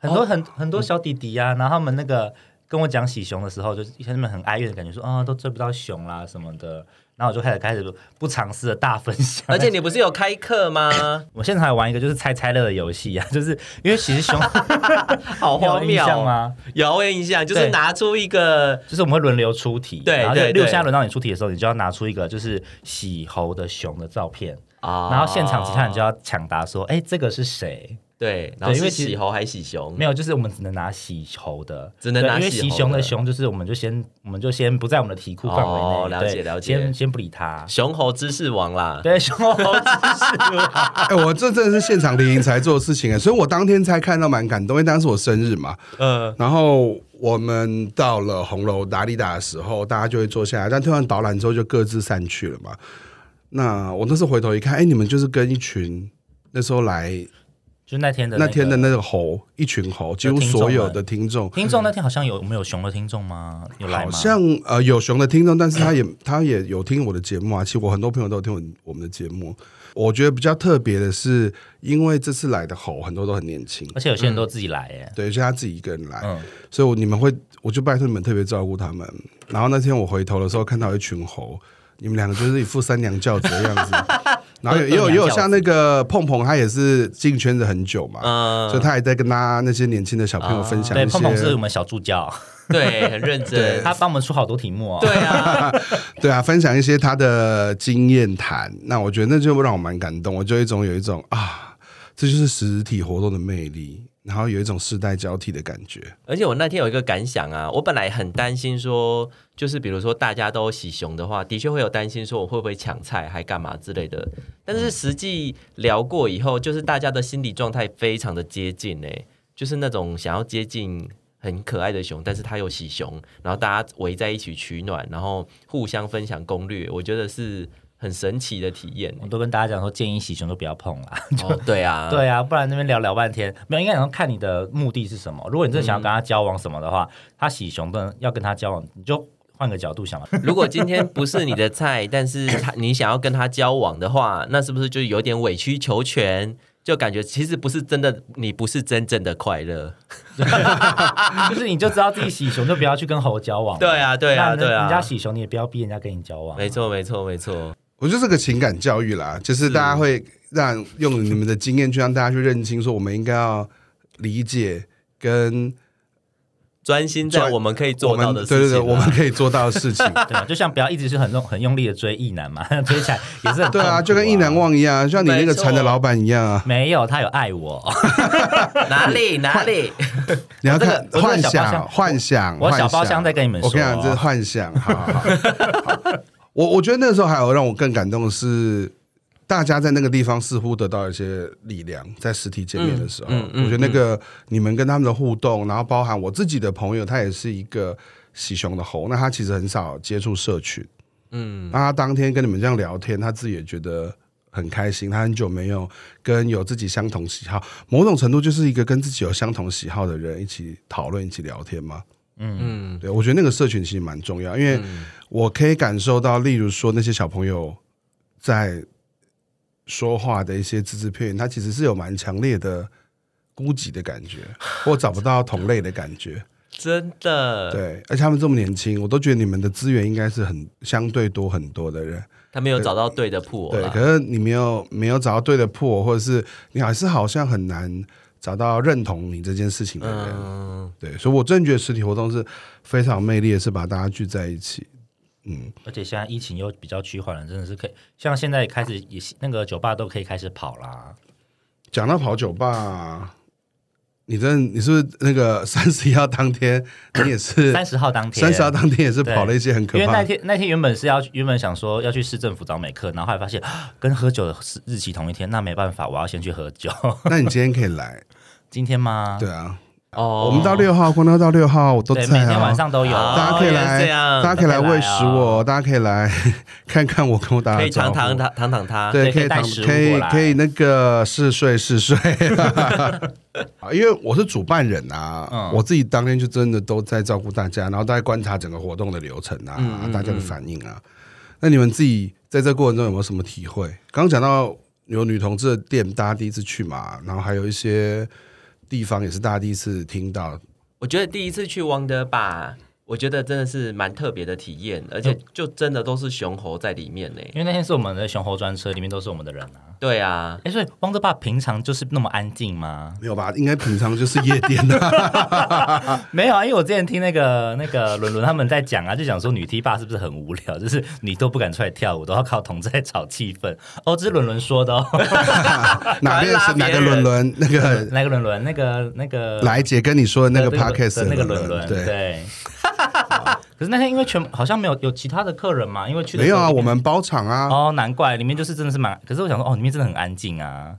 S2: 很多很很多小弟弟啊，然后他们那个跟我讲喜熊的时候，就是他们很哀怨的感觉，说啊都追不到熊啦什么的。然后我就开始开始不尝试的大分享，？
S3: 而且你不是有开课吗
S2: 我现在还玩一个就是猜猜乐的游戏啊，就是因为其实熊
S3: 好荒
S2: 你有
S3: 谬
S2: 印象
S3: 哦！
S2: 吗？
S3: 有我有印象，就是
S2: 对
S3: 拿出一个
S2: 就是我们会轮流出题，
S3: 对
S2: 然后就
S3: 对对
S2: 例如现在轮到你出题的时候，你就要拿出一个就是喜猴的熊的照片，
S3: 啊
S2: 然后现场其他人就要抢答说，哎，这个是谁？
S3: 对，然后
S2: 对因为
S3: 是
S2: 其实
S3: 喜猴还喜熊
S2: 没，有，就是我们只能拿喜猴的，
S3: 嗯只能
S2: 对
S3: 拿
S2: 因为喜
S3: 喜猴的
S2: 熊的熊，就是我们就先我们就先不在我们的题库范围内，
S3: 哦了解
S2: 对
S3: 了解
S2: 先先不理他。
S3: 熊猴知识王啦。
S2: 对，熊猴知识
S1: 哎、我这真的是现场临营才做的事情哎，所以我当天才看到蛮感动，因为当时我生日嘛。
S2: 呃
S3: 嗯，
S1: 然后我们到了红楼达利达的时候，大家就会坐下来，但听完导览之后就各自散去了嘛。那我那时候回头一看，哎、你们就是跟一群那时候来
S2: 就那天的
S1: 那
S2: 个
S1: 天的那个猴，一群猴，几乎所有的听众，
S2: 听众，那天好像有我们有熊的听众吗？有来
S1: 好
S2: 吗？
S1: 像呃有熊的听众，但是他也 他也有听我的节目啊。其实我很多朋友都有听我我们的节目。我觉得比较特别的是，因为这次来的猴很多都很年轻，
S2: 而且有些人
S3: 嗯
S2: 都自己来哎耶。
S1: 对，就他自己一个人来，
S2: 嗯
S1: 所以我你们会，我就拜托你们特别照顾他们。然后那天我回头的时候，看到有一群猴，你们两个就是一副三娘教子的样 子。然后也也有也有像那个碰碰，他也是进圈子很久嘛，
S3: 嗯
S1: 所以他也在跟他那些年轻的小朋友分享
S2: 啊对，
S1: 一些。
S2: 碰碰是我们小助教，
S3: 对，很认真。
S2: 他帮我们出好多题目哦。
S3: 对啊，
S1: 对啊，分享一些他的经验谈。那我觉得那就让我蛮感动，我就有一种有一种啊，这就是实体活动的魅力，然后有一种世代交替的感觉。
S3: 而且我那天有一个感想啊，我本来很担心说，就是比如说大家都喜熊的话，的确会有担心说我会不会抢菜还干嘛之类的。但是实际聊过以后，就是大家的心理状态非常的接近诶、就是那种想要接近很可爱的熊，但是它又喜熊，然后大家围在一起取暖，然后互相分享攻略，我觉得是很神奇的体 验、
S2: 我都跟大家讲说，建议喜熊都不要碰啦。
S3: 哦，对 啊，
S2: 对啊，不然那边聊聊半天，没有应该想看你的目的是什么。如果你真的想要跟他交往什么的话，他喜熊的要跟他交往，你就换个角度想嘛。
S3: 如果今天不是你的菜， 但是他你想要跟他交往的话，那是不是就有点委曲求全？就感觉其实不是真的，你不是真正的快乐。
S2: 就是你就知道自己喜熊，就不要去跟猴交往。
S3: 对啊，对
S2: 那
S3: 啊，
S2: 人
S3: 对
S2: 人家
S3: 啊，
S2: 喜熊，你也不要逼人家跟你交往。
S3: 没错，没错，没错。
S1: 我觉得这个情感教育啦，就是大家会让用你们的经验去让大家去认清，说我们应该要理解跟
S3: 专心在
S1: 专
S3: 我们可以
S1: 我
S3: 做到
S1: 们
S3: 的
S1: 对
S3: 事情
S1: 对对，
S3: 啊、
S1: 我们可以做到的事 情。
S2: 对吧？就像不要一直是很用很用力的追意男嘛， 追起来也是很
S1: 对
S2: 痛苦
S1: 啊，就跟意难忘一样，就像你那个
S3: 没错
S1: 馋的老板一样啊。
S2: 没有，他有爱我，
S3: 哪 里哪里，
S1: 你要
S2: 我这个
S1: 看
S2: 我这个
S1: 幻
S2: 小包
S1: 想，
S2: 厢
S1: 幻想，
S2: 我
S1: 幻
S2: 小包厢
S1: 想
S2: 在跟你们
S1: 我跟你
S2: 说
S1: 讲，这是幻想。好好好好 我我觉得那时候还有让我更感动的是，大家在那个地方似乎得到一些力量，在实体见面的时候，
S3: 嗯嗯嗯
S1: 我觉得那个你们跟他们的互动，然后包含我自己的朋友，他也是一个喜熊的猴，那他其实很少接触社群，
S3: 嗯，
S1: 那他当天跟你们这样聊天，他自己也觉得很开心。他很久没有跟有自己相同喜好，某种程度就是一个跟自己有相同喜好的人一起讨论、一起聊天嘛。嗯，对，我觉得那个社群其实蛮重要，因为
S3: 嗯
S1: 我可以感受到，例如说那些小朋友在说话的一些只字片语，他其实是有蛮强烈的孤寂的感 觉，或找不到同类的感觉。
S3: 真的，
S1: 对，而且他们这么年轻，我都觉得你们的资源应该是很相对多很多的人。
S3: 他没有找到对的啊铺
S1: 对，
S3: 啦
S1: 可是你没有没有找到对的破，或者是你还是好像很难找到认同你这件事情的人。
S3: 嗯，
S1: 对，所以我真的觉得实体活动是非常有魅力的，是把大家聚在一起。嗯，
S2: 而且现在疫情又比较趋缓了，真的是可以，像现在开始也那个酒吧都可以开始跑啦。
S1: 讲到跑酒吧，你真的你是不是那个三十一号当天你也是
S2: 三十号当天，
S1: 三十号当天也是
S2: 对
S1: 跑了一些很可
S2: 因为
S1: 怕
S2: 那
S1: 的？
S2: 天那天原本是要原本想说要去市政府找美克，然后后来发现 啊跟喝酒的时日期同一天，那没办法，我要先去喝酒。
S1: 那你今天可以来，
S2: 今天吗？
S1: 对啊，
S3: 哦，
S1: 我们到六号，光雕到六号我都
S2: 对，
S1: 在、啊，
S2: 每天晚上都有。
S3: 好
S1: 大家可以
S3: 原来是
S1: 来，
S3: 这样
S1: 大家可以来
S2: 大家可以
S1: 喂
S2: 来
S1: 食
S2: 哦
S1: 我，大家可以来 看看我，跟我打
S3: 可
S1: 打
S3: 以
S1: 招
S3: 躺
S1: 呼。
S3: 躺他躺躺他，
S1: 对，
S2: 对可以
S1: 以
S2: 啊带
S1: 躺，
S2: 食物
S1: 可
S2: 过
S1: 以
S2: 来
S1: 可以那个嗜睡嗜睡， 啊因为我是主办人啊，
S2: 嗯
S1: 我自己当天就真的都在照顾大家，然后大家观察整个活动的流程啊，
S3: 嗯嗯
S1: 大家的反应啊。那你们自己在这过程中有没有什么体会？刚刚讲到有女同志的店，大家第一次去嘛，然后还有一些地方也是大家第一次听到，
S3: 我觉得第一次去 Wonder Bar，我觉得真的是蛮特别的体验，而且就真的都是熊猴在里面呢。
S2: 因为那天是我们的熊猴专车，里面都是我们的人啊。
S3: 对啊，
S2: 哎，所以汪德爸平常就是那么安静吗？
S1: 没有吧？应该平常就是夜店啊 的、
S2: 没有啊，因为我之前听那个那个伦伦他们在讲啊，就讲说女 T 爸是不是很无聊， 就是你都不敢出来跳舞，都要靠同志来炒气氛。哦，这是伦伦说的哦。
S1: 哪边是哪个伦伦？那 个
S2: 那个伦伦，那个那个
S1: 来姐跟你说的那个
S2: 对对
S1: podcast
S2: 对那个
S1: 伦
S2: 伦伦，
S1: 对，
S2: 对。 可是那天因为全好像没有有其他的客人嘛，因为去的
S1: 没有啊，
S2: 时候
S1: 我们包场啊，
S2: 哦，难怪里面就是真的是蛮，可是我想说哦，里面真的很安静啊。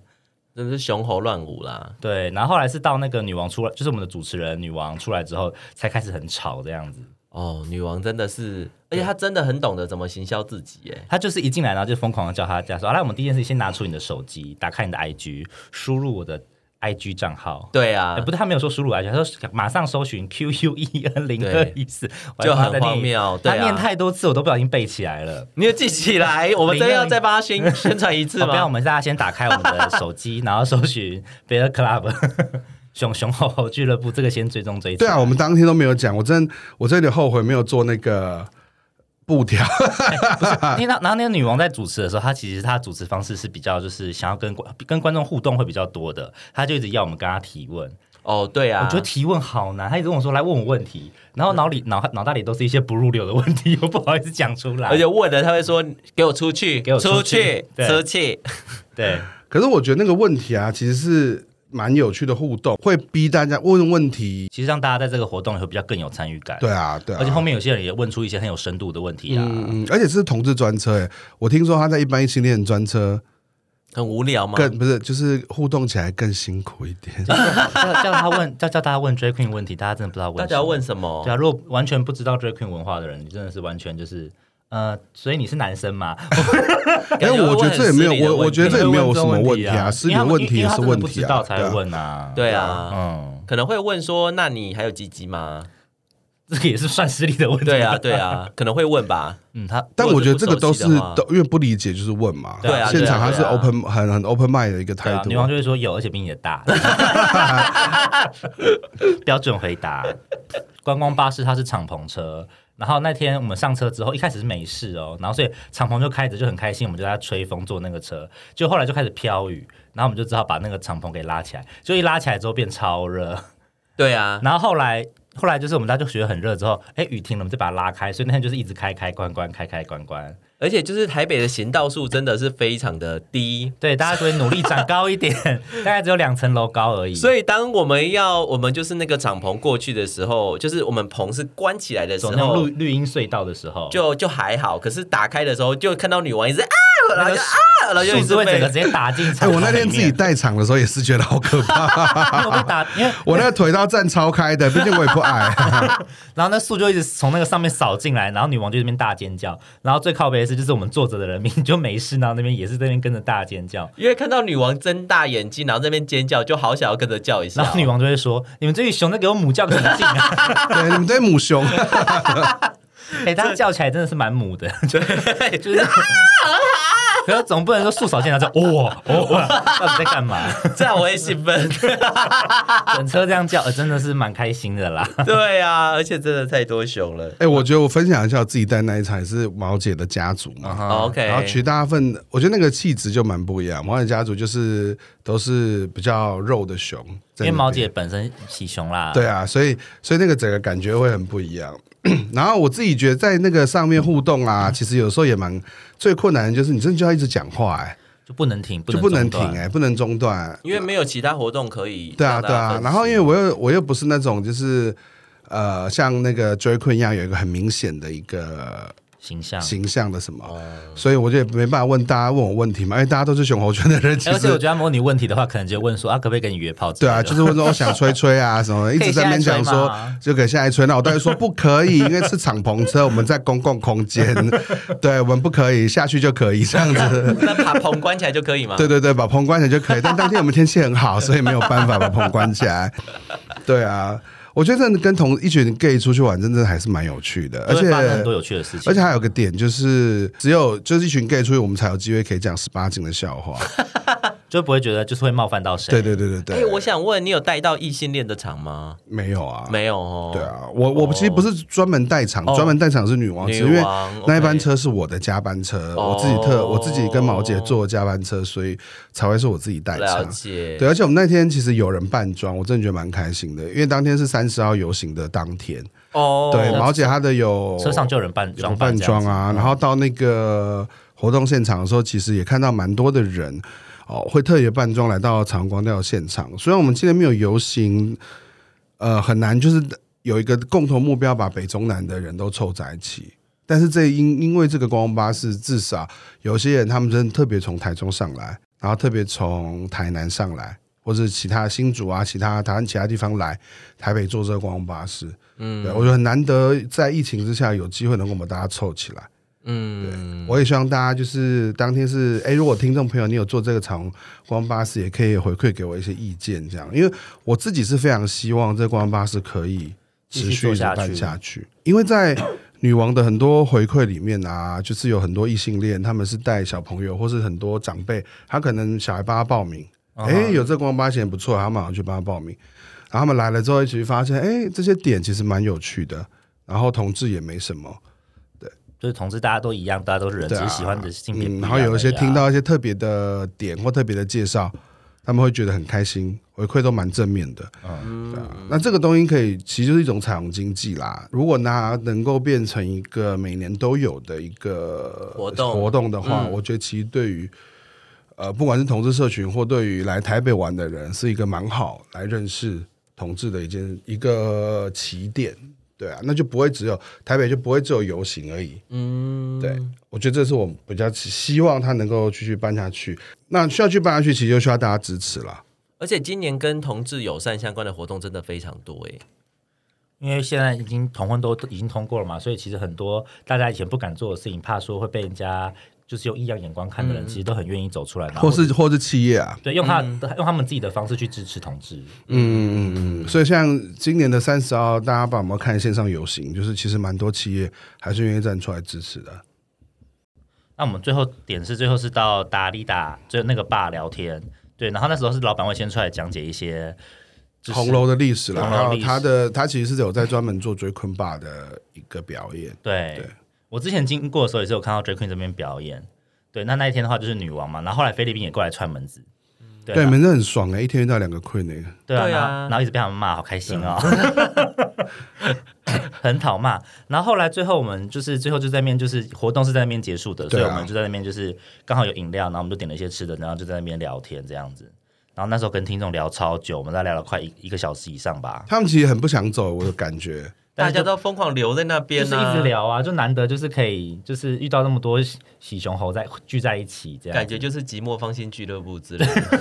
S3: 真的是熊猴乱舞啦。
S2: 对，然后后来是到那个女王出来，就是我们的主持人女王出来之后，才开始很吵这样子。
S3: 哦，女王真的是，而且她真的很懂得怎么行销自己耶。
S2: 她就是一进来，然后就疯狂的叫她家说：“好、啊来，我们第一件事先拿出你的手机，打开你的 IG，输入我的 IG 账号。”
S3: 对啊
S2: 哎，，不是，他没有说输入 IG，他说马上搜寻 QQ 一 N 零二一四，我还
S3: 就
S2: 帮
S3: 很
S2: 她再念
S3: 荒
S2: 一
S3: 谬对
S2: 他
S3: 啊
S2: 念太多次，我都不小心背起来了。
S3: 你有记起 来，我们真的要再帮她 宣宣传一次
S2: 好，哦不要，我
S3: 吗？
S2: 们大家先打开我们的手 机，然后搜寻 Bear Club 熊熊猴猴俱乐部，这个先追踪追踪。
S1: 对啊，我们当天都没有讲，我真我真的有点后悔没有做那个布条，
S2: 因为那然后那个女王在主持的时候，她其实她主持方式是比较就是想要跟观跟观众互动会比较多的，她就一直要我们跟她提问。
S3: 哦，对啊，
S2: 我觉得提问好难，她一直跟我说来问我问题，然后脑里脑脑袋里都是一些不入流的问题， 我不好意思讲出来。
S3: 而且问了，他会说：“给我出去，
S2: 给我出
S3: 出
S2: 去对
S3: 出去。
S2: 对，
S1: 可是我觉得那个问题啊，其实是蛮有趣的互动，会逼大家问问题。
S2: 其实让大家在这个活动以后比较更有参与感。
S1: 对啊，对啊，
S2: 而且后面有些人也问出一些很有深度的问题啊。
S1: 嗯，而且这是同志专车诶，我听说他在一般异性恋专车”
S3: 很无聊吗？
S1: 更不是，就是互动起来更辛苦一点。
S2: 叫叫他问，叫叫大家问 drag queen 问题，大家真的不知道问什
S3: 大
S2: 么。
S3: 家要问什 么
S2: 对？啊，如果完全不知道 drag queen 文化的人，你真的是完全就是呃，所以你是男生嘛？
S1: 哎，
S3: 感觉会
S1: 我觉
S3: 问
S1: 得这也
S3: 很
S1: 没
S3: 失礼的
S1: 有，我我
S3: 问
S1: 觉得
S3: 题
S1: 这也没有什
S2: 会问这种
S1: 么问
S2: 问
S1: 题啊，私
S2: 因为
S1: 人
S2: 他们
S1: 问题
S2: 因
S1: 也
S2: 为他
S1: 是
S2: 真的
S1: 问
S2: 不
S1: 题
S2: 知
S1: 啊，
S2: 道才
S1: 对啊
S2: 问啊。
S3: 对啊，
S2: 嗯，
S3: 可能会问说：“那你还有鸡鸡吗
S2: 这个也是算失礼 的问？”题。
S3: 对啊，，对啊，可能会问吧。
S2: 嗯，他
S1: 但
S3: 如
S1: 我
S3: 果
S1: 觉
S3: 是
S1: 得这
S3: 不
S1: 个
S3: 熟
S1: 都
S3: 悉
S1: 是
S3: 的话
S1: 都因为不理解就是问嘛，
S3: 对啊
S1: 现场他是
S3: 对啊对啊
S1: open 很很 open mind 的一个态
S2: 对啊，
S1: 度
S2: 女
S1: 啊
S2: 王。就会说有，而且比你的大。 标准回答。观光巴士它是敞篷车，然后那天我们上车之后，一开始是没事哦，然后所以敞篷就开着就很开心，我们就在那吹风坐那个车，就后来就开始飘雨，然后我们就只好把那个敞篷给拉起来，就一拉起来之后变超热。
S3: 对啊，
S2: 然后后来后来就是我们大家就觉得很热之后，哎，雨停了，我们就把它拉开，所以那天就是一直开开关关开开关关。
S3: 而且就是台北的行道树真的是非常的低，
S2: 对，大家所以努力长高一点， 大概只有两层楼高而已。
S3: 所以当我们要我们就是那个敞篷过去的时候，就是我们棚是关起来的时
S2: 走那种
S3: 候
S2: 绿，绿荫隧道的时候，
S3: 就就还好，可是打开的时候就看到女王一直啊，然后就啊，然后就
S2: 树
S3: 一
S2: 枝
S3: 直
S2: 会整
S3: 被
S2: 个直接打进
S1: 哎、
S2: 场里
S1: 我
S2: 面。
S1: 那天自己带场的时候也是觉得好可怕，
S2: 因为 我被打，因为
S1: 我那个腿都要站超开的，毕竟我也不矮。
S2: 然后那树就一直从那个上面扫进来，然后女王就在那边大尖叫，然后最靠背的是就是我们坐着的人民就没事，然后那边也是在那边跟着大尖叫，
S3: 因为看到女王睁大眼睛，然后在那边尖叫，就好想要跟着叫一下
S2: 然
S3: 哦。
S2: 后女王就会说：“你们这群熊在给我母叫个什么劲 啊
S1: 对，你们对母熊，？”
S2: 哎、它叫起来真的是蛮母的，就 就是。
S1: 啊
S2: 可是总不能说树扫进来就哇哦哦，到底在干嘛？
S3: 这样我会兴奋。
S2: 整车这样叫，呃真的是蛮开心的啦。
S3: 对啊，而且真的太多熊了。
S1: 哎、我觉得我分享一下我自己带那一场也是毛姐的家族嘛。
S3: OK，
S1: 啊然后其实大部分，我觉得那个气质就蛮不一样。毛姐家族就是都是比较肉的熊，
S2: 因
S1: 在
S2: 为
S1: 那
S2: 毛
S1: 边
S2: 姐本身喜熊啦，
S1: 对啊，所以所以那个整个感觉会很不一样。 然后我自己觉得在那个上面互动
S2: 嗯
S1: 啊，其实有时候也蛮最困难的就是你真的就要一直讲话、哎，
S2: 就不能停，不
S1: 就不
S2: 能
S1: 能停
S2: 中断
S1: 哎、不能中断。
S3: 因为没有其他活动可以
S1: 对啊，
S3: 让大
S1: 对
S3: 家
S1: 啊
S3: 分。析
S1: 然后因为我又我又不是那种就是呃像那个追困一样有一个很明显的一个
S2: 形象。哎
S1: 形象的什么，
S2: 哦
S1: 所以我就也没办法问大家问我问题嘛，因为大家都是熊猴圈的人，其
S2: 哎而且我
S1: 实。
S2: 觉得他模拟问题的话，可能就问说啊，可不可以跟你约炮之
S1: 对
S2: 类的？
S1: 啊，就是问说我想吹吹啊什么，一直在那边讲
S2: 可以现在吹
S1: 说
S2: 吗
S1: 就给下一吹，那我当然说不可以，因为是敞篷车，我们在公共空 间，对我们不可以下去就可以这样子。
S3: 那把棚关起来就可以吗？
S1: 对对对，把棚关起来就可以。但当天我们天气很好，所以没有办法把棚关起来。对啊，我觉得跟同一群 gay 出去玩，真的还是蛮有趣的，而
S2: 就会
S1: 且
S2: 发生很多有趣的事情，
S1: 而且还有个点就是，只有就是一群 gay 出去，我们才有机会可以讲十八禁的笑话。
S2: 就不会觉得就是会冒犯到谁。
S1: 对对对对
S3: 哎、
S1: 对，
S3: 我想问你有带到异性恋的场吗？
S1: 没有啊，
S3: 没有哦。
S1: 对，啊，我我其实不是专门带场，
S3: 哦
S1: 专门带场是女王，只是因
S3: 女
S1: 为
S3: 王
S1: 那一班
S3: OK
S1: 车是我的加班车，
S3: 哦
S1: 我自己特我自己跟毛姐坐加班车，所以才会是我自己带
S3: 了
S1: 场。
S3: 解。
S1: 对，而且我们那天其实有人扮装，我真的觉得蛮开心的，因为当天是三十号游行的当天，
S3: 哦，
S1: 对，毛姐她的有
S2: 车上就有人扮
S1: 有
S2: 装扮
S1: 扮
S2: 这样
S1: 装
S2: 子，
S1: 啊，然后到那个活动现场的时候，其实也看到蛮多的人哦，会特别扮装来到彩虹光调现场。虽然我们今天没有游行，呃，很难就是有一个共同目标，把北中南的人都凑在一起。但是这因因为这个观光巴士，至少有些人他们真的特别从台中上来，然后特别从台南上来，或者其他新竹啊、其他台湾其他地方来台北坐这个观光巴士。嗯，对我觉得很难得在疫情之下有机会能够我们大家凑起来。
S3: 嗯，
S1: 我也希望大家就是当天是，哎、如果听众朋友你有做这个长光巴士，也可以回馈给我一些意见，这样，因为我自己是非常希望这光巴士可以持续地办下去，因为在女王的很多回馈里面啊，就是有很多异性恋，他们是带小朋友或是很多长辈，他可能小孩帮他报名，哎、有这光巴士也不错，他马上去帮他报名，然后他们来了之后，一起发现，哎、这些点其实蛮有趣的，然后同志也没什么。
S2: 就是同志大家都一样，大家都是人，只
S1: 对啊
S2: 是喜欢的性别不
S1: 嗯，
S2: 样
S1: 然后有一些
S2: 而已啊
S1: 听到一些特别的点或特别的介绍，他们会觉得很开心，回馈都蛮正面的。嗯，对啊。那这个东西可以，其实就是一种彩虹经济啦。如果它能够变成一个每年都有的一个
S3: 活动嗯
S1: 活动的话，我觉得其实对于呃，不管是同志社群或对于来台北玩的人，是一个蛮好来认识同志的一件一个起点。对啊，那就不会只有台北，就不会只有游行而已。嗯，对，我觉得这是我比较希望他能够继续办下去。那需要去办下去，其实就需要大家支持啦。
S3: 而且今年跟同志友善相关的活动真的非常多欸诶。
S2: 因为现在已经同婚都都已经通过了嘛，所以其实很多大家以前不敢做的事情，怕说会被人家就是用异样眼光看的人，其实都很愿意走出来，然后
S1: 嗯或是或是企业啊，
S2: 对用他、用他们自己的方式去支持同志。
S1: 嗯，所以像今年的三十号，大家帮我们看线上游行，就是其实蛮多企业还是愿意站出来支持的。
S2: 那我们最后点是最后是到达利达，就那个爸聊天，对，然后那时候是老板会先出来讲解一些。就是
S1: 红楼的历史啦，
S2: 红楼
S1: 然后
S2: 历史
S1: 他的他其实是有在专门做追坤爸的一个表演，
S2: 对，
S1: 对
S2: 我之前经过的时候也是有看到 Drag Queen 这边表演。对，那那一天的话就是女王嘛，然后后来菲律宾也过来串门子，对
S1: 对，啊
S2: 啦
S1: 门真的很爽哎、一天遇到两个 queen 哎、
S2: 对啊，
S3: 对啊
S2: 然后然后一直被他们骂，好开心哦，啊 很讨骂。然后后来最后我们就是最后就在那边就是活动是在那边结束的，所
S1: 对啊
S2: 以我们就在那边就是刚好有饮料，然后我们就点了一些吃的，然后就在那边聊天这样子。然后那时候跟听众聊超久，我们大概聊了快一一个小时以上吧，
S1: 他们其实很不想走，我的感觉。
S3: 大家都疯狂留在那边
S2: 就是
S3: 呢、
S2: 一直聊啊，就难得就是可以就是遇到那么多喜喜熊猴在聚在一起这样子，
S3: 感觉就是寂寞芳心俱乐部之类的。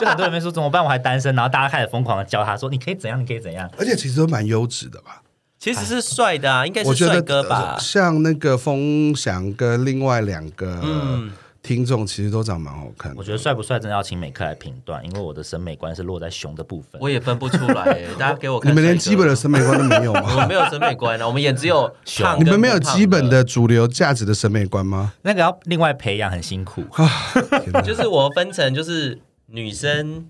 S2: 就很多人在说怎么办，我还单身，然后大家开始疯狂的教他说你可以怎样，你可以怎样，
S1: 而且其实都蛮优质的吧？
S3: 其实是帅的啊，应该
S1: 我
S3: 是
S1: 觉
S3: 帅
S1: 得
S3: 哥吧
S1: 呃？像那个风翔跟另外两个
S3: 嗯，
S1: 听众，其实都长蛮好看的。
S2: 我觉得帅不帅真的要请美克来评断，因为我的审美观是落在熊的部分。
S3: 我也分不出来、 欸。大家给我看，
S1: 你们连基本的，审美观都没有
S3: 我们
S1: 吗？
S3: 没有审美观 啊，我们也只有胖
S1: 你
S3: 跟
S1: 们没有
S3: 不胖
S1: 基本，的主流价值的审美观吗？
S2: 那个要另外培养，很辛 苦。
S1: 天哪
S3: 就是我分成就是女生、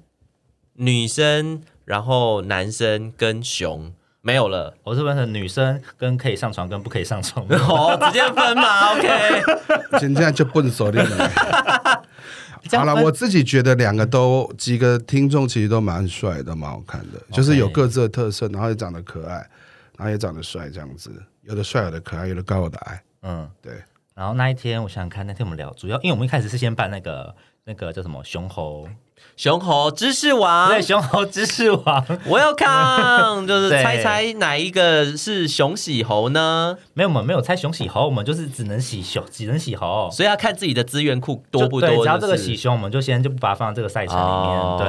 S3: 女生，然后男生跟熊没有 了。，
S2: 我是分成女生跟可以上床跟不可以上床
S3: 哦，直接分嘛，OK。
S1: 现在就笨手令了。
S2: 这
S1: 好
S2: 样
S1: 了，
S2: 分
S1: 我自己觉得两个都几个听众其实都蛮帅的，蛮好看的，就是有各自的特色，然后也长得可爱，然后也长得帅，这样子，有的帅，有的可爱，有的高，有的矮，
S2: 嗯。
S1: 对，
S2: 然后那一天我想想看，那天我们聊主要，因为我们一开始是先办那个那个叫什么熊猴，
S3: 熊猴知识王
S2: 对，熊猴知识王，
S3: ，Welcome，就是
S2: 对
S3: 猜猜哪一个是熊喜猴呢？
S2: 没有我们没有猜熊喜猴，我们就是只能喜熊，只能喜猴。
S3: 所以要看自己的资源库
S2: 就
S3: 多不多。
S2: 对，只要这个
S3: 就是
S2: 喜熊，我们就先就不把它放在这个赛程里面。
S3: 哦
S2: 对，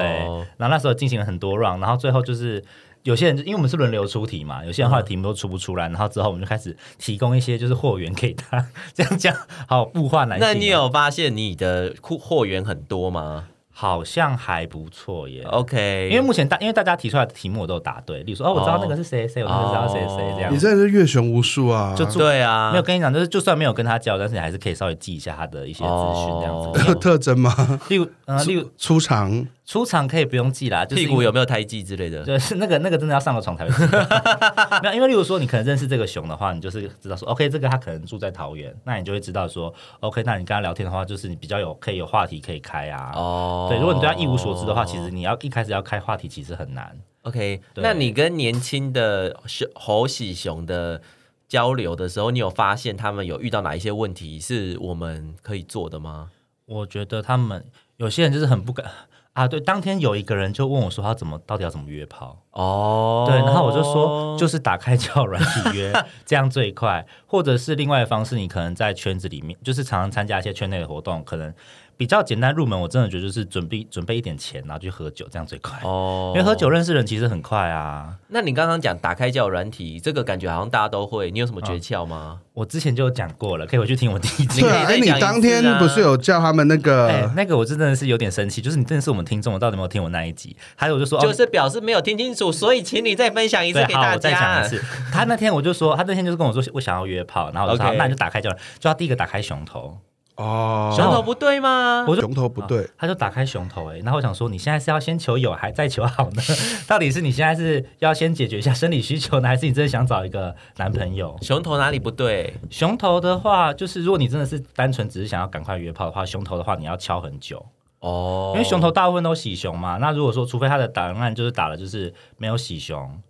S2: 然后那时候进行了很多 round，然后最后就是有些人，因为我们是轮流出题嘛，有些人后来题目都出不出来，然后之后我们就开始提供一些就是货源给他，这样讲好物化男性。
S3: 那你有发现你的库货源很多吗
S2: 好像还不错耶。
S3: ？OK，
S2: 因为目前大因为大家提出来的题目我都有答对，例如说哦我知道那个是谁谁，我那个知道谁谁这样
S1: 你。真的是阅熊无数啊！
S2: 就
S3: 对啊，
S2: 没有跟你讲，就是就算没有跟他交流，但是你还是可以稍微记一下他的一些资讯这样子。
S3: 哦
S1: 特特征吗？
S2: 例如，呃，例如
S1: 出场
S2: 出场可以不用记啦，就是
S3: 屁
S2: 因为
S3: 股有没有胎记之类的。
S2: 就是那个那个真的要上个床才会知道。 没有，因为例如说你可能认识这个熊的话，你就是知道说，OK，这个它可能住在桃园，那你就会知道说，OK，那你跟他聊天的话，就是你比较有可以有话题可以开啊。
S3: 哦
S2: 对，如果你对他一无所知的话，其实你要一开始要开话题其实很难。
S3: OK，
S2: 对
S3: 那你跟年轻的熊猴喜熊的交流的时候，你有发现他们有遇到哪一些问题是我们可以做的吗？
S2: 我觉得他们有些人就是很不敢啊。对，当天有一个人就问我说，他怎么到底要怎么约炮？
S3: 哦，
S2: 对，然后我就说，就是打开叫软体约，这样最快，或者是另外的方式，你可能在圈子里面，就是常常参加一些圈内的活动，可能比较简单入门。我真的觉得就是准备准备一点钱，然后去喝酒，这样最快。
S3: 哦
S2: 因为喝酒。认识人其实很快啊，
S3: 那你刚刚讲打开交友软体，这个感觉好像大家都会，你有什么诀窍吗？
S2: 我之前就有讲过了，可以回去听我第一集。
S1: 对啊，
S3: 可
S1: 哎，
S3: 以
S1: 你
S3: 再讲一次啊
S1: 当天不是有叫他们那
S2: 哎、
S1: 个？
S2: 那个我是真的是有点生气，就是你真的是我们听众，我到底有没有听我那一集？还有我就说，哦嗯
S3: 就是表示没有听清楚，所以请你再分享一次
S2: 对，
S3: 给
S2: 好，
S3: 大
S2: 我再讲
S3: 家
S2: 一。次。他那天我就说，他那天就是跟我说，我想要约炮，然后我就说，好
S3: OK
S2: 那你就打开叫软，就他第一个打开熊头，
S1: 哦，
S3: 熊头不哦对吗？
S2: 我就
S1: 熊头不对，
S2: 他就打开熊头、欸，哎，然后我想说，你现在是要先求有，还再求好 呢？到底是你现在是要先解决一下生理需求呢，还是你真的想找一个男朋友？
S3: 熊头哪里不对？
S2: 熊头的话，就是如果你真的是单纯只是想要赶快约炮的话，熊头的话你要敲很久，
S3: 哦，
S2: 因为哎熊头大部分都喜熊嘛。那如果说，除非他的档案就是打了就是没有喜熊，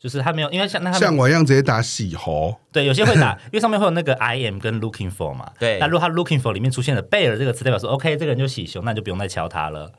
S2: 就是他没有，因为像那他们
S1: 像我一样直接打喜猴，
S2: 对，有些会 打，因为上面会有那个 I am 跟 looking for 嘛。
S3: 对
S2: 那如果他 looking for 里面出现了贝尔这个词，代表说 OK，这个人就喜熊，那你就不用再敲他了。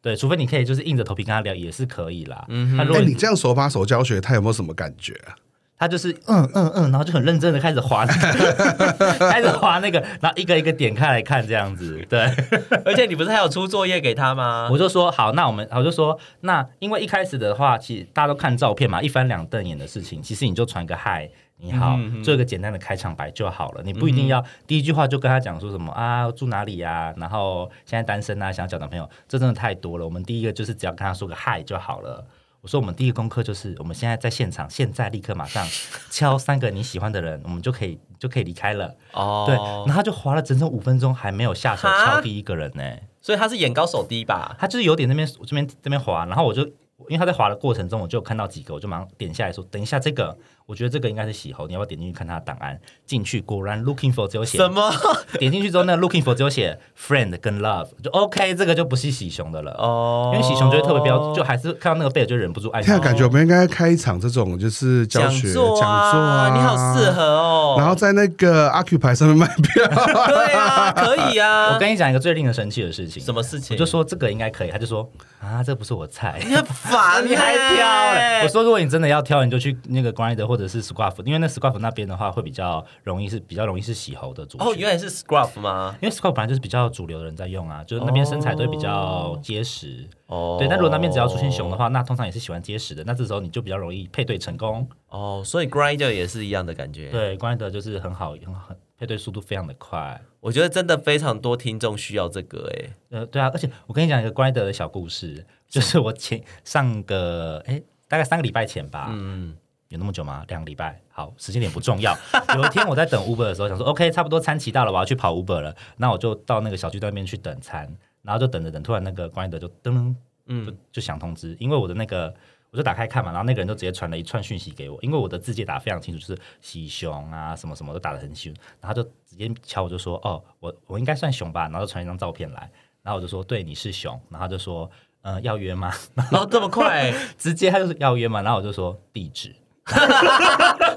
S2: 对，除非你可以就是硬着头皮跟他聊，也是可以啦。嗯，那如
S1: 哎，
S2: 果
S1: 你这样手把手教学，他有没有什么感觉啊？
S2: 他就是嗯嗯嗯，然后就很认真的开始划那个， 开始划那个，然后一个一个点开来看这样子。对，
S3: 而且你不是还有出作业给他吗？
S2: 我就说好，那我们我就说那因为一开始的话，其实大家都看照片嘛，一翻两瞪眼的事情，其实你就传个嗨。你
S3: 嗯
S2: 好，做一个简单的开场白就好了，你不一定要第一句话就跟他讲说什么啊住哪里呀、然后现在单身啊，想要找男朋友，这真的太多了。我们第一个就是只要跟他说个嗨就好了。我说我们第一个功课就是我们现在在现场，现在立刻马 上敲三个你喜欢的人，我们就可以就可以离开了。
S3: 哦，
S2: 对，然后他就划了整整五分钟，还没有下手
S3: 哈
S2: 敲第一个人呢、
S3: 所以他是眼高手低吧？
S2: 他就是有点那边这边这边滑，然后我就因为他在滑的过程中，我就有看到几个，我就马上点下来说，等一下这个，我我觉得这个应该是洗喉，你要不要点进去看它的档案？进去果然 looking for 只有写
S3: 什么？
S2: 点进去之后，那个 looking for 只有写 friend 跟 love，就 OK，这个就不是喜熊的了。
S3: 哦
S2: 因为喜熊就会特别标，就还是看到那个贝尔就忍不住爱
S1: 天
S2: 上
S1: 啊，。感觉我们应该开一场这种就是教
S3: 哎讲
S1: 学
S3: 座
S1: 讲座啊
S3: 你好适合哦。
S1: 然后在那个 a Q 牌上面卖票，
S3: 对啊，可以 啊。
S2: 我跟你讲一个最令人生气的事情，
S3: 什么事情？
S2: 我就说这个应该可以，他就说啊，这不是我 菜，
S3: 你很烦，欸
S2: 你还挑嘞。我
S3: 说
S2: 说如果你真的要挑，你就去那个 grinder 或者是 squaff，因为那 squaff 那边的话会比较容易是比较容易是洗喉的族群。
S3: 哦，原来是 scruff 吗？
S2: 因为 squat 本来就是比较主流的人在用啊，就是那边身材都会比较结实。
S3: 哦，
S2: 对，但如果那边只要出现熊的话，那通常也是喜欢结实的，那这时候你就比较容易配对成功。
S3: 哦，所以 grinder 也是一样的感觉。，
S2: 对，关的就是很好，很很配对速度非常的快。
S3: 我觉得真的非常多听众需要这个 哎。
S2: 呃，对啊，而且我跟你讲一个乖的小故事，就是我前上个哎大概三个礼拜前吧，
S3: 嗯，
S2: 有那么久吗？两个礼拜，好，时间点不重要。 有一天我在等 Uber 的时候，想说 OK，差不多餐期到了，我要去跑 Uber 了。那我就到那个小区对面去等餐，然后就等着等，突然那个关的就噔噔，
S3: 嗯
S2: 就就响通知，因为我的那个。我就打开看嘛，然后那个人就直接传了一串讯息给我，因为我的字界打得非常清楚，就是喜熊啊什么什么都打得很清楚，然后他就直接敲我就说哦，我我应该算熊吧，然后就传一张照片来，然后我就说对你是熊，然后他就说嗯、呃要约吗？
S3: 然哦后这么快
S2: 直接他就是要约嘛，然后我就说地址，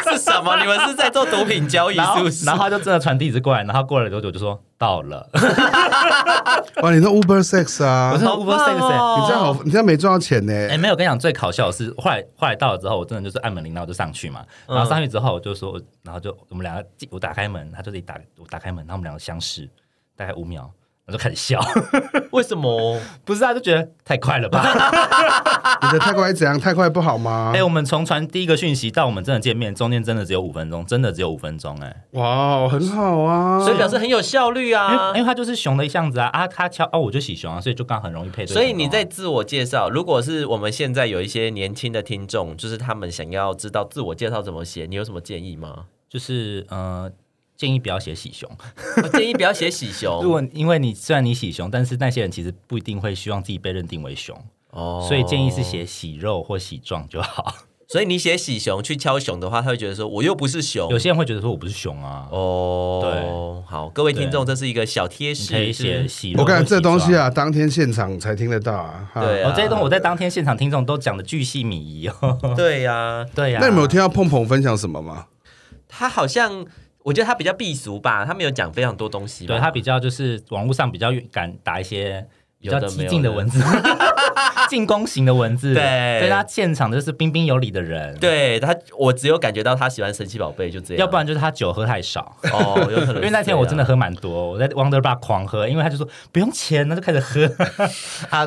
S3: 是什么？你们是在做毒品交易
S2: 然
S3: 是
S2: 后
S3: 不是
S2: 然？后他就真的传地址过来，然后过了多久就说到了，
S1: 哇，你这 Uber Sex 啊，
S2: 我
S1: 你
S2: 是
S1: 这样
S2: 然后 Uber Sex 欸
S3: 哦
S1: 好，你这样没赚到钱呢、
S2: 哎、没有，跟你讲最搞笑的是，后来后来到了之后，我真的就是按门铃，然后就上去嘛，然
S3: 嗯
S2: 后上去之后我就说，然后就我们两个进，我打开门，他就自己打，我打开门，然后我们两个相视，大概五秒。然后就开始笑，
S3: 为什么？
S2: 不是啊，就觉得太快了 吧？
S1: 你的太快怎样？太快不好吗？
S2: 哎、我们从传第一个讯息到我们真的见面，中间真的只有五分钟，真的只有五分钟、哎、
S1: 哇，很好啊！
S3: 所以表示很有效率
S2: 因
S3: 啊
S2: 为因。哎为他就是熊的样子啊，啊，他敲哦，我就喜熊啊，所以就刚好很容易配对成功啊、
S3: 所以你在自我介绍，如果是我们现在有一些年轻的听众，就是他们想要知道自我介绍怎么写，你有什么建议 吗？
S2: 就是呃，建议不要写喜熊。
S3: 我建议不要写喜
S2: 如
S3: 熊
S2: 果因为你虽然你喜熊，但是那些人其实不一定会希望自己被认定为熊，
S3: 哦
S2: 所以建议是。写喜肉或喜壮就好。
S3: 所以你写喜熊去敲熊的话，他会觉得说我又不是熊
S2: 有。些人会觉得说我不是熊啊，
S3: 哦，对，好，各位听众，这是一个小贴
S2: 你可以
S3: 士，是
S2: 写
S3: 不是
S2: 喜肉。
S1: 我感觉这东西，啊，当天现场才听得到啊。哈
S3: 对
S2: 我、
S3: 啊
S2: 哦、这些东西我在当天现场听众都讲的巨细靡遗哦。
S3: 对呀，
S2: 对啊呀、
S1: 那你们有听到碰碰分享什么吗？
S3: 他好像我觉得他比较避俗吧，他没有讲非常多东西吧，
S2: 对他比较就是网络上比较敢打一些比较
S3: 有的没
S2: 激
S3: 有
S2: 进的
S3: 的
S2: 文 字，进攻型的文字，
S3: 对
S2: 所以他现场就是彬彬有礼的人，，
S3: 对他，我只有感觉到他喜欢神奇宝贝，就这样，
S2: 要不然就是他酒喝太少。
S3: 哦， 有可能是这
S2: 因
S3: 样，
S2: 为那天我真的喝蛮多，我在 Wonder Bar 狂喝，因为他就说不用钱，那就开始喝。他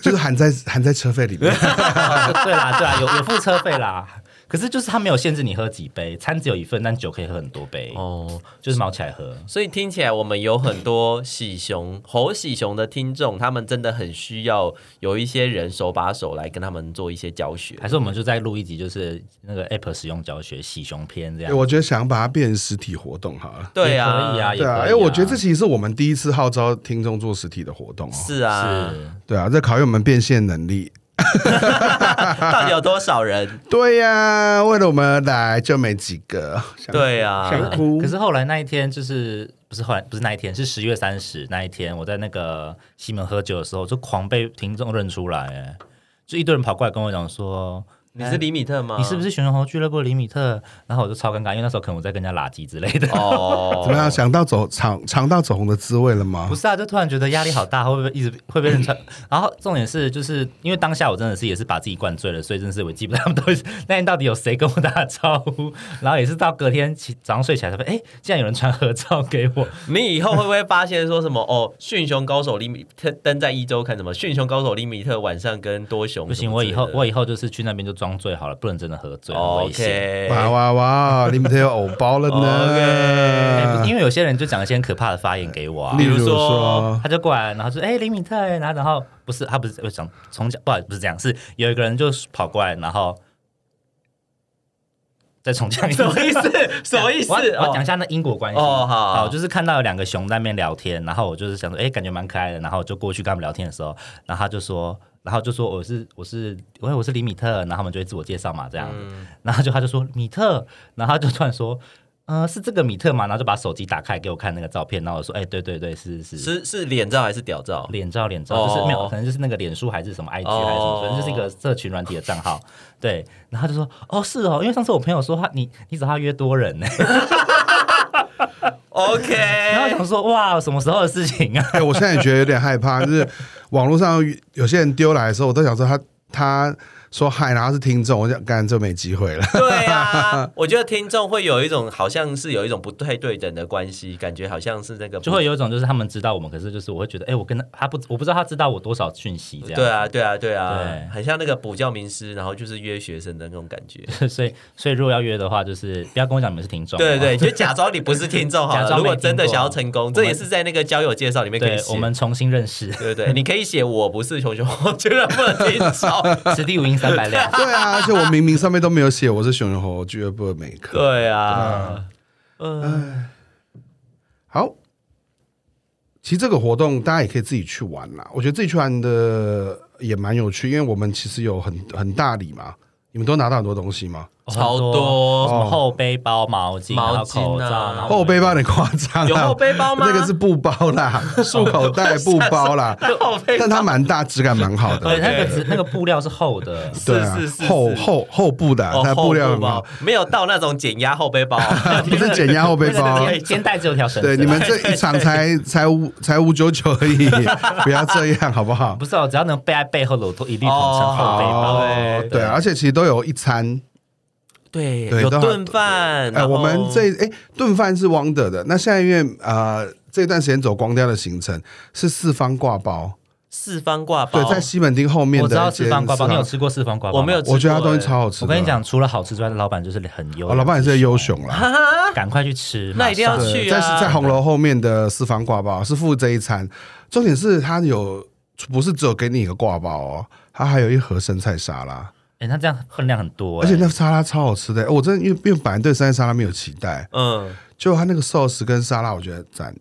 S1: 就是含在含在车费里面。
S2: 对啦对啦，有有付车费啦，可是就是他没有限制你喝几杯，餐只有一份，但酒可以喝很多杯，
S3: 哦，
S2: 就是毛起来喝。
S3: 所以听起来我们有很多喜熊、猴喜熊的听众，他们真的很需要有一些人手把手来跟他们做一些教学
S2: 还。是我们就再录一集，就是那个 App 使用教学洗熊篇这样。
S1: 我觉得想把它变成实体活动好了。
S3: 对
S2: 也
S3: 啊，
S2: 可以啊，也
S1: 对
S2: 可以
S1: 啊，
S2: 啊。
S1: 哎，我觉得这其实是我们第一次号召听众做实体的活动哦。
S3: 是啊，
S2: 是
S1: 对啊，这考验我们变现能力。
S3: 到底有多少人？
S1: 对呀、为了我们来就没几个。 想
S3: 对啊，
S1: 想哭
S2: 可。是后来那一天就是不是后来不是那一天是十月三十那一天，我在那个西门喝酒的时候，就狂被听众认出来，哎，就一堆人跑过来跟我讲说。
S3: 你是李米特吗？
S2: 哎你是不
S3: 是？
S2: 是熊猴俱乐部的李米特？然后我就超尴尬，因为那时候可能我在跟人家垃圾之类的。
S3: 哦，
S1: 怎么样？啊想到走尝尝到走红的滋味了吗
S2: 不？是啊，就突然觉得压力好大，会不会一直会被认出来？然后重点是，就是因为当下我真的是也是把自己灌醉了，所以真是我记不到他们到底是那天到底有谁跟我打招呼。然后也是到隔天起早上睡起来才发现，哎，竟然有人传合照给我。
S3: 你以后会不会发现说什么？哦，驯熊高手李米特登在一周看什么？驯熊高手李米特晚上跟多熊
S2: 不
S3: 什
S2: 行，
S3: 么
S2: 我
S3: 之
S2: 以后
S3: 类的
S2: 我以后就是去那边就装醉好了，不能真的喝醉，很危险。
S3: OK，
S1: 哇哇哇！你们都有偶包 了
S2: 哦哎不
S1: 呢。
S2: 因为有些人就讲一些很可怕的发言给我啊，
S1: 例
S3: 比
S1: 如
S3: 如说
S1: 说，
S2: 他就过来，然后说：“哎、李敏特。”然后，然后不是他不是我讲从讲，不好意思，不是这样，是有一个人就跑过来，然后再重讲一次
S3: 什。么意思？什么意思？
S2: 我要我要
S3: 哦
S2: 讲一下那因果关系
S3: 哦好
S2: 就是看到有两个熊在那边聊天，然后我就是想说，哎、感觉蛮可爱的，然后我就过去跟他们聊天的时候，然后他就说，然后就说我是我是我我是李米特，然后他们就会自我介绍嘛，这样子。
S3: 嗯
S2: 然后就他就说米特，然后他就突然说，呃，是这个米特嘛？然后就把手机打开给我看那个照片，然后我说，哎、对对对，是是
S3: 是是脸照还是屌照？
S2: 脸照脸照，
S3: 哦
S2: 就是没有，可能就是那个脸书还是什么 IG
S3: 哦
S2: 还是什么，反正就是一个社群软体的账号。对，然后他就说，哦，是哦，因为上次我朋友说他你你找他约多人呢，
S3: OK，
S2: 然后 我想说哇，什么时候的事情 啊？
S1: 哎、我现在也觉得有点害怕，就是网络上有些人丢来的时候，我都想说他他说嗨，然后是听众，我想干这没机会 了。
S3: 对啊，我觉得听众会有一种好像是有一种不太对等的关系，感觉好像是那个
S2: 就会有一种就是他们知道我们，可是就是我会觉得，哎、我跟他他不我不知道他知道我多少讯息这样。
S3: 对啊，对啊，对啊，
S2: 对
S3: 很像那个补教名师，然后就是约学生的那种感觉。
S2: 所以所以如果要约的话，就是不要跟我讲你们是听众，
S3: 对对，对，就假装你不是听众好
S2: 啊 假
S3: 了。
S2: 装
S3: 如
S2: 没
S3: 果真的
S2: 听过
S3: 想要成功，这也是在那个交友介绍里面可以
S2: 对，
S3: 写。
S2: 我们重新认
S3: ，
S2: 识
S3: 对对，你可以写我不是熊 熊，我觉得不能听 众。
S2: 此地无银三百两。
S1: 对啊，而且我明明上面都没有写我是熊熊猴俱乐部的美克。
S3: 对啊，嗯，
S1: 好，其实这个活动大家也可以自己去玩啦。我觉得自己去玩的也蛮有趣，因为我们其实有很很大礼嘛。你们都拿到很多东西吗？
S3: 超
S2: 很
S3: 多
S2: 什么后背包、毛巾、
S3: 毛
S2: 然后口
S3: 巾啊
S2: 罩，然后
S1: 后背包有点夸张
S3: 有
S1: 啦，
S3: 后背包吗
S1: 那个是布包 啦，束口袋布包啦，
S3: 后背
S1: 但它蛮大，质感蛮好
S2: 对，
S1: 的。
S2: 那个纸那个布料是厚的，
S1: 对啊
S3: 是是是，
S1: 厚
S3: 是
S1: 厚厚布的啊，
S3: 哦
S1: 它的
S3: 后
S1: 布料
S3: 背
S1: 很好
S3: 包，没有到那种减压后背包，啊
S1: 不是减压后背包啊
S2: 那个。肩肩带只有条绳子。
S1: 对，你们这一场才才五才五九九而已，不要这样好不好？
S2: 不是哦，只要能背在背后的，我都一律统称后背包。
S3: 哦
S1: 对，啊而且其实都有一餐。
S3: 对，
S1: 对
S3: 有
S1: 都
S3: 炖饭。
S1: 哎，
S3: 然后
S1: 我们这哎顿饭是 Wonder 的，那现在因为呃这段时间走光雕的行程是四方挂包，
S3: 四方挂包，
S1: 对，在西门町后面
S2: 我知
S1: 的
S2: 道
S1: 一间
S2: 四方挂包，
S1: 四
S2: 你有吃过四方挂包？
S3: 我没有。吃
S1: 我觉得它
S3: 过
S1: 东西
S3: 哎
S1: 超好吃。啊
S2: 我跟你，讲，除了好吃之外，老板就是很优。
S1: 哦，老板也是很优，雄啦。
S3: 啊
S2: 赶快去吃。
S3: 那一定要
S2: 马上
S3: 去
S1: 对，
S3: 啊
S1: 在在红楼后面的四方挂包是附这一餐，重点是它有不是只有给你一个挂包哦，它还有一盒生菜沙拉，
S2: 哎，那这样分量很多，
S1: 而且那沙拉超好吃的。哦我真的因为因为本来对生菜沙拉没有期待，
S3: 嗯，
S1: 就它那个 sauce 跟沙拉我觉得赞，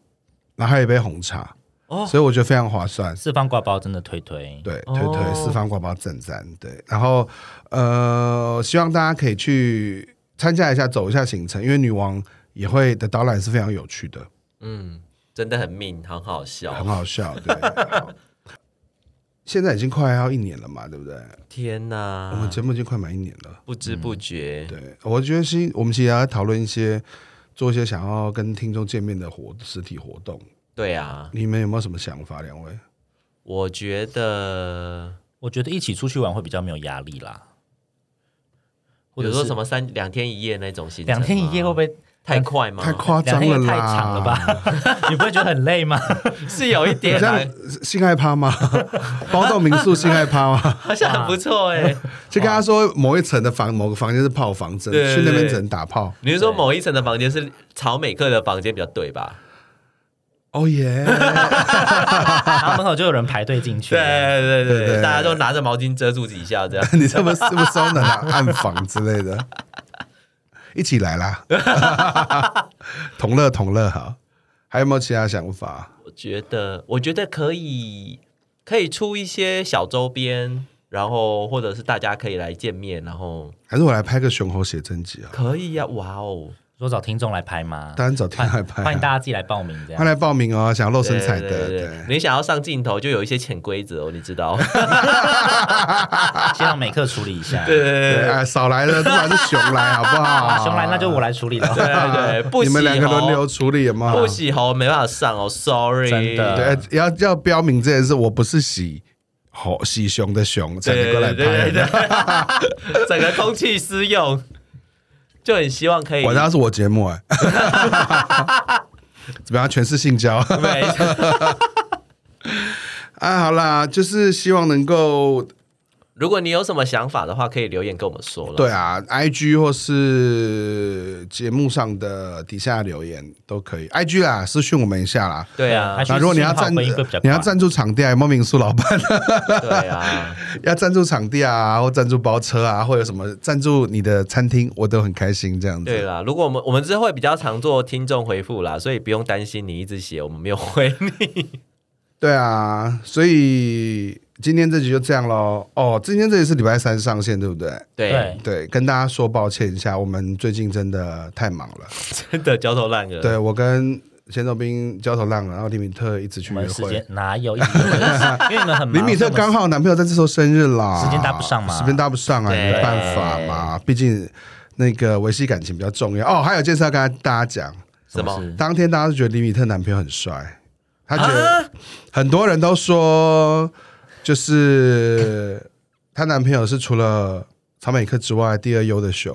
S1: 然后还有一杯红茶，
S3: 哦
S1: 所以我觉得非常划算。
S2: 四方挂包真的推推。
S1: 对，
S3: 哦
S1: 推推四方挂包正赞，对，然后呃，希望大家可以去参加一下，走一下行程，因为女王也会的导览是非常有趣的，
S3: 嗯，真的很命，很好
S1: 很
S3: 笑。
S1: 好笑，对。好现在已经快要一年了嘛，对不对？
S3: 天
S2: 嗯
S1: 我们
S3: 哪，
S1: 节目已经快满一年了。
S3: 不知不觉，
S1: 对，我觉得是，我们其实也要讨论一些，做一些想要跟听众见面的活实体活动，
S3: 对啊，
S1: 你们有没有什么想法？两位
S3: 我觉得
S2: 我觉得一起出去玩会比较没有压力啦。或
S3: 比如
S2: 者
S3: 说
S2: 是
S3: 什么三两天一夜那种行程啊
S2: 两
S3: 吗，
S2: 天一夜会不会
S3: 太快吗？
S1: 太夸
S2: 嗯两
S1: 张
S2: 天
S1: 了
S2: 也
S1: 啦，
S2: 太长 了？吧？你不会觉得很累吗？
S3: 是有一
S1: 你
S3: 点
S1: 这
S3: 啊，
S1: 样性爱趴 吗？包栋民宿性爱趴吗？
S3: 好像很不错哎。
S1: 就跟他说某一层的房某个房间是炮房，只能
S3: 对
S1: 去那边
S3: 对
S1: 只能打炮。
S3: 你是说某一层的房间是草美克的房间比较对吧？
S1: 哦耶！
S2: 然后门口就有人排队进去。
S3: 对
S1: 对
S3: 对对
S1: 对
S3: 对，大家都拿着毛巾遮住几下这样。
S1: 你这么是不是收的暗访之类的？一起来啦！同乐同乐好。还有没有其他想法？
S3: 我觉得，我觉得可以可以出一些小周边，然后或者是大家可以来见面，然后
S1: 还是我来拍个熊猴写真集啊？
S3: 可以呀、哇哦，
S2: 说找听众来拍吗？
S1: 当然找天海拍、
S2: 欢迎大
S1: 啊，
S2: 家自己来报名这
S1: 欢迎
S2: 样。
S1: 来报名哦！想要露身材
S3: 对
S1: 的，
S3: 对对对你想要上镜头就有一些潜规则哦，你知道？
S2: 先让美克处理一下。
S3: 对对对
S1: 对
S3: 对
S1: 哎，少来了，都还是熊来好不
S2: 啊，
S1: 好？
S2: 熊来那就我来处理了。
S1: 啊
S3: 对对，不
S1: 你
S3: 洗
S1: 们两个轮
S3: 喉，
S1: 流啊处理嘛。
S3: 不洗喉没办法上哦，sorry。
S2: 真的
S1: 对，要要标明这件事，我不是喜好喜熊的熊才能
S3: 对
S1: 够来
S3: 对对对
S1: 拍的。
S3: 对， 整个空气私用，就很希望可以
S1: 管他是我节目哎、 怎么样？全是性交
S3: 没
S1: 啊！好啦，就是希望能够
S3: 如果你有什么想法的话，可以留言跟我们说了。
S1: 对啊，IG 或是节目上的底下留言都可以，IG 啦，私讯我们一下啦。
S3: 对啊
S2: 还，是
S1: 那如果你要
S2: 信号
S1: 赞，
S2: 回应会比较
S1: 你要
S2: 快
S1: 赞助场地啊，有没有民宿老板
S3: 对啊，
S1: 要赞助场地啊，或赞助包车啊， 或者什么赞助你的餐厅，我都很开心这样
S3: 对
S1: 子。
S3: 啦。如果我们我们之后会比较常做听众回复啦，所以不用担心你一直写我们没有回你。
S1: 对啊，所以今天这集就这样喽。哦，今天这集是礼拜三上线，对不对？
S3: 对，
S1: 对，跟大家说抱歉一下，我们最近真的太忙了。
S3: 真的焦头烂额。
S1: 对我跟钱总兵焦头烂额，然后李敏特一直去
S2: 我
S1: 约
S2: 们时
S1: 会
S2: 间。哪 有？一直因为你们很忙，
S1: 李敏特刚好男朋友在这时候生日啦，
S2: 时间搭不上嘛
S1: 时间搭不上啊，
S3: 对
S1: 没办法嘛，毕竟那个维系感情比较重要。哦，还有件事要跟大家讲，
S2: 所以我们
S3: 什么
S2: 是
S1: 当天大家都觉得李米特男朋友很帅，他觉
S2: 啊
S1: 得很多人都说，就是她男朋友是除了草莓克之外第二优的熊。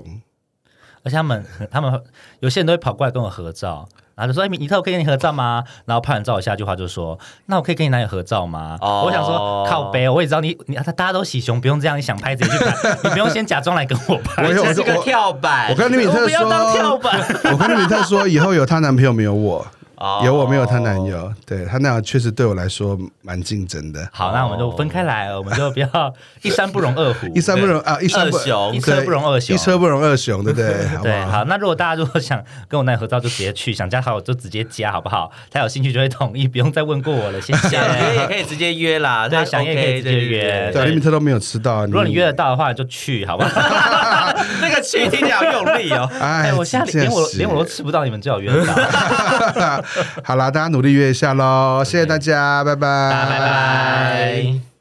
S2: 而且他们他们有些人都会跑过来跟我合照，然后就说：“哎、你你特我可以跟你合照吗？”然后拍完照，我下句话就说：“那我可以跟你男友合照吗？”
S3: 哦
S2: 我想说靠背，我也知道你你他大家都喜熊，不用这样，你想拍自己去拍， 你不用先假装来跟我拍。
S1: 我有
S3: 这是个
S1: 我
S3: 跳板。
S1: 我跟李米
S2: 我
S1: 特
S2: 不要当跳
S1: 说，
S2: 板，
S1: 我跟李米特说，以后有她男朋友没有我，
S3: 哦
S1: 有我没有她男友。对她男友确实对我来说蛮竞争的，
S2: 好，那我们就分开来，我们就不要一山不容二虎。
S1: 哦 一山不容啊，一山不
S3: 二熊
S2: 一车不容二熊
S1: 对一车不容二熊，对不对？好不
S2: 对，
S1: 好？
S2: 好，那如果大家如果想跟我男友合照，就直接去；想加好友就直接加，好不好？他有兴趣就会同意，不用再问过我了，谢
S3: 想约也
S2: 谢。
S3: 可以直接约啦，
S2: 对
S3: 他
S2: 想约可以
S3: OK，
S2: 直接
S3: 对
S2: 约
S3: 对对
S1: 对，李米特都没有吃到。
S2: 如果你约得，到的话，就去，好不好？
S3: 那个去听起来好用力哦。
S1: 哎
S2: 哎，，我现在
S1: 真
S2: 连我
S1: 是
S2: 连我都吃不到，你们最好约 得到。
S1: 好啦，大家努力约一下喽，谢谢大家，拜拜，
S2: 大家拜拜。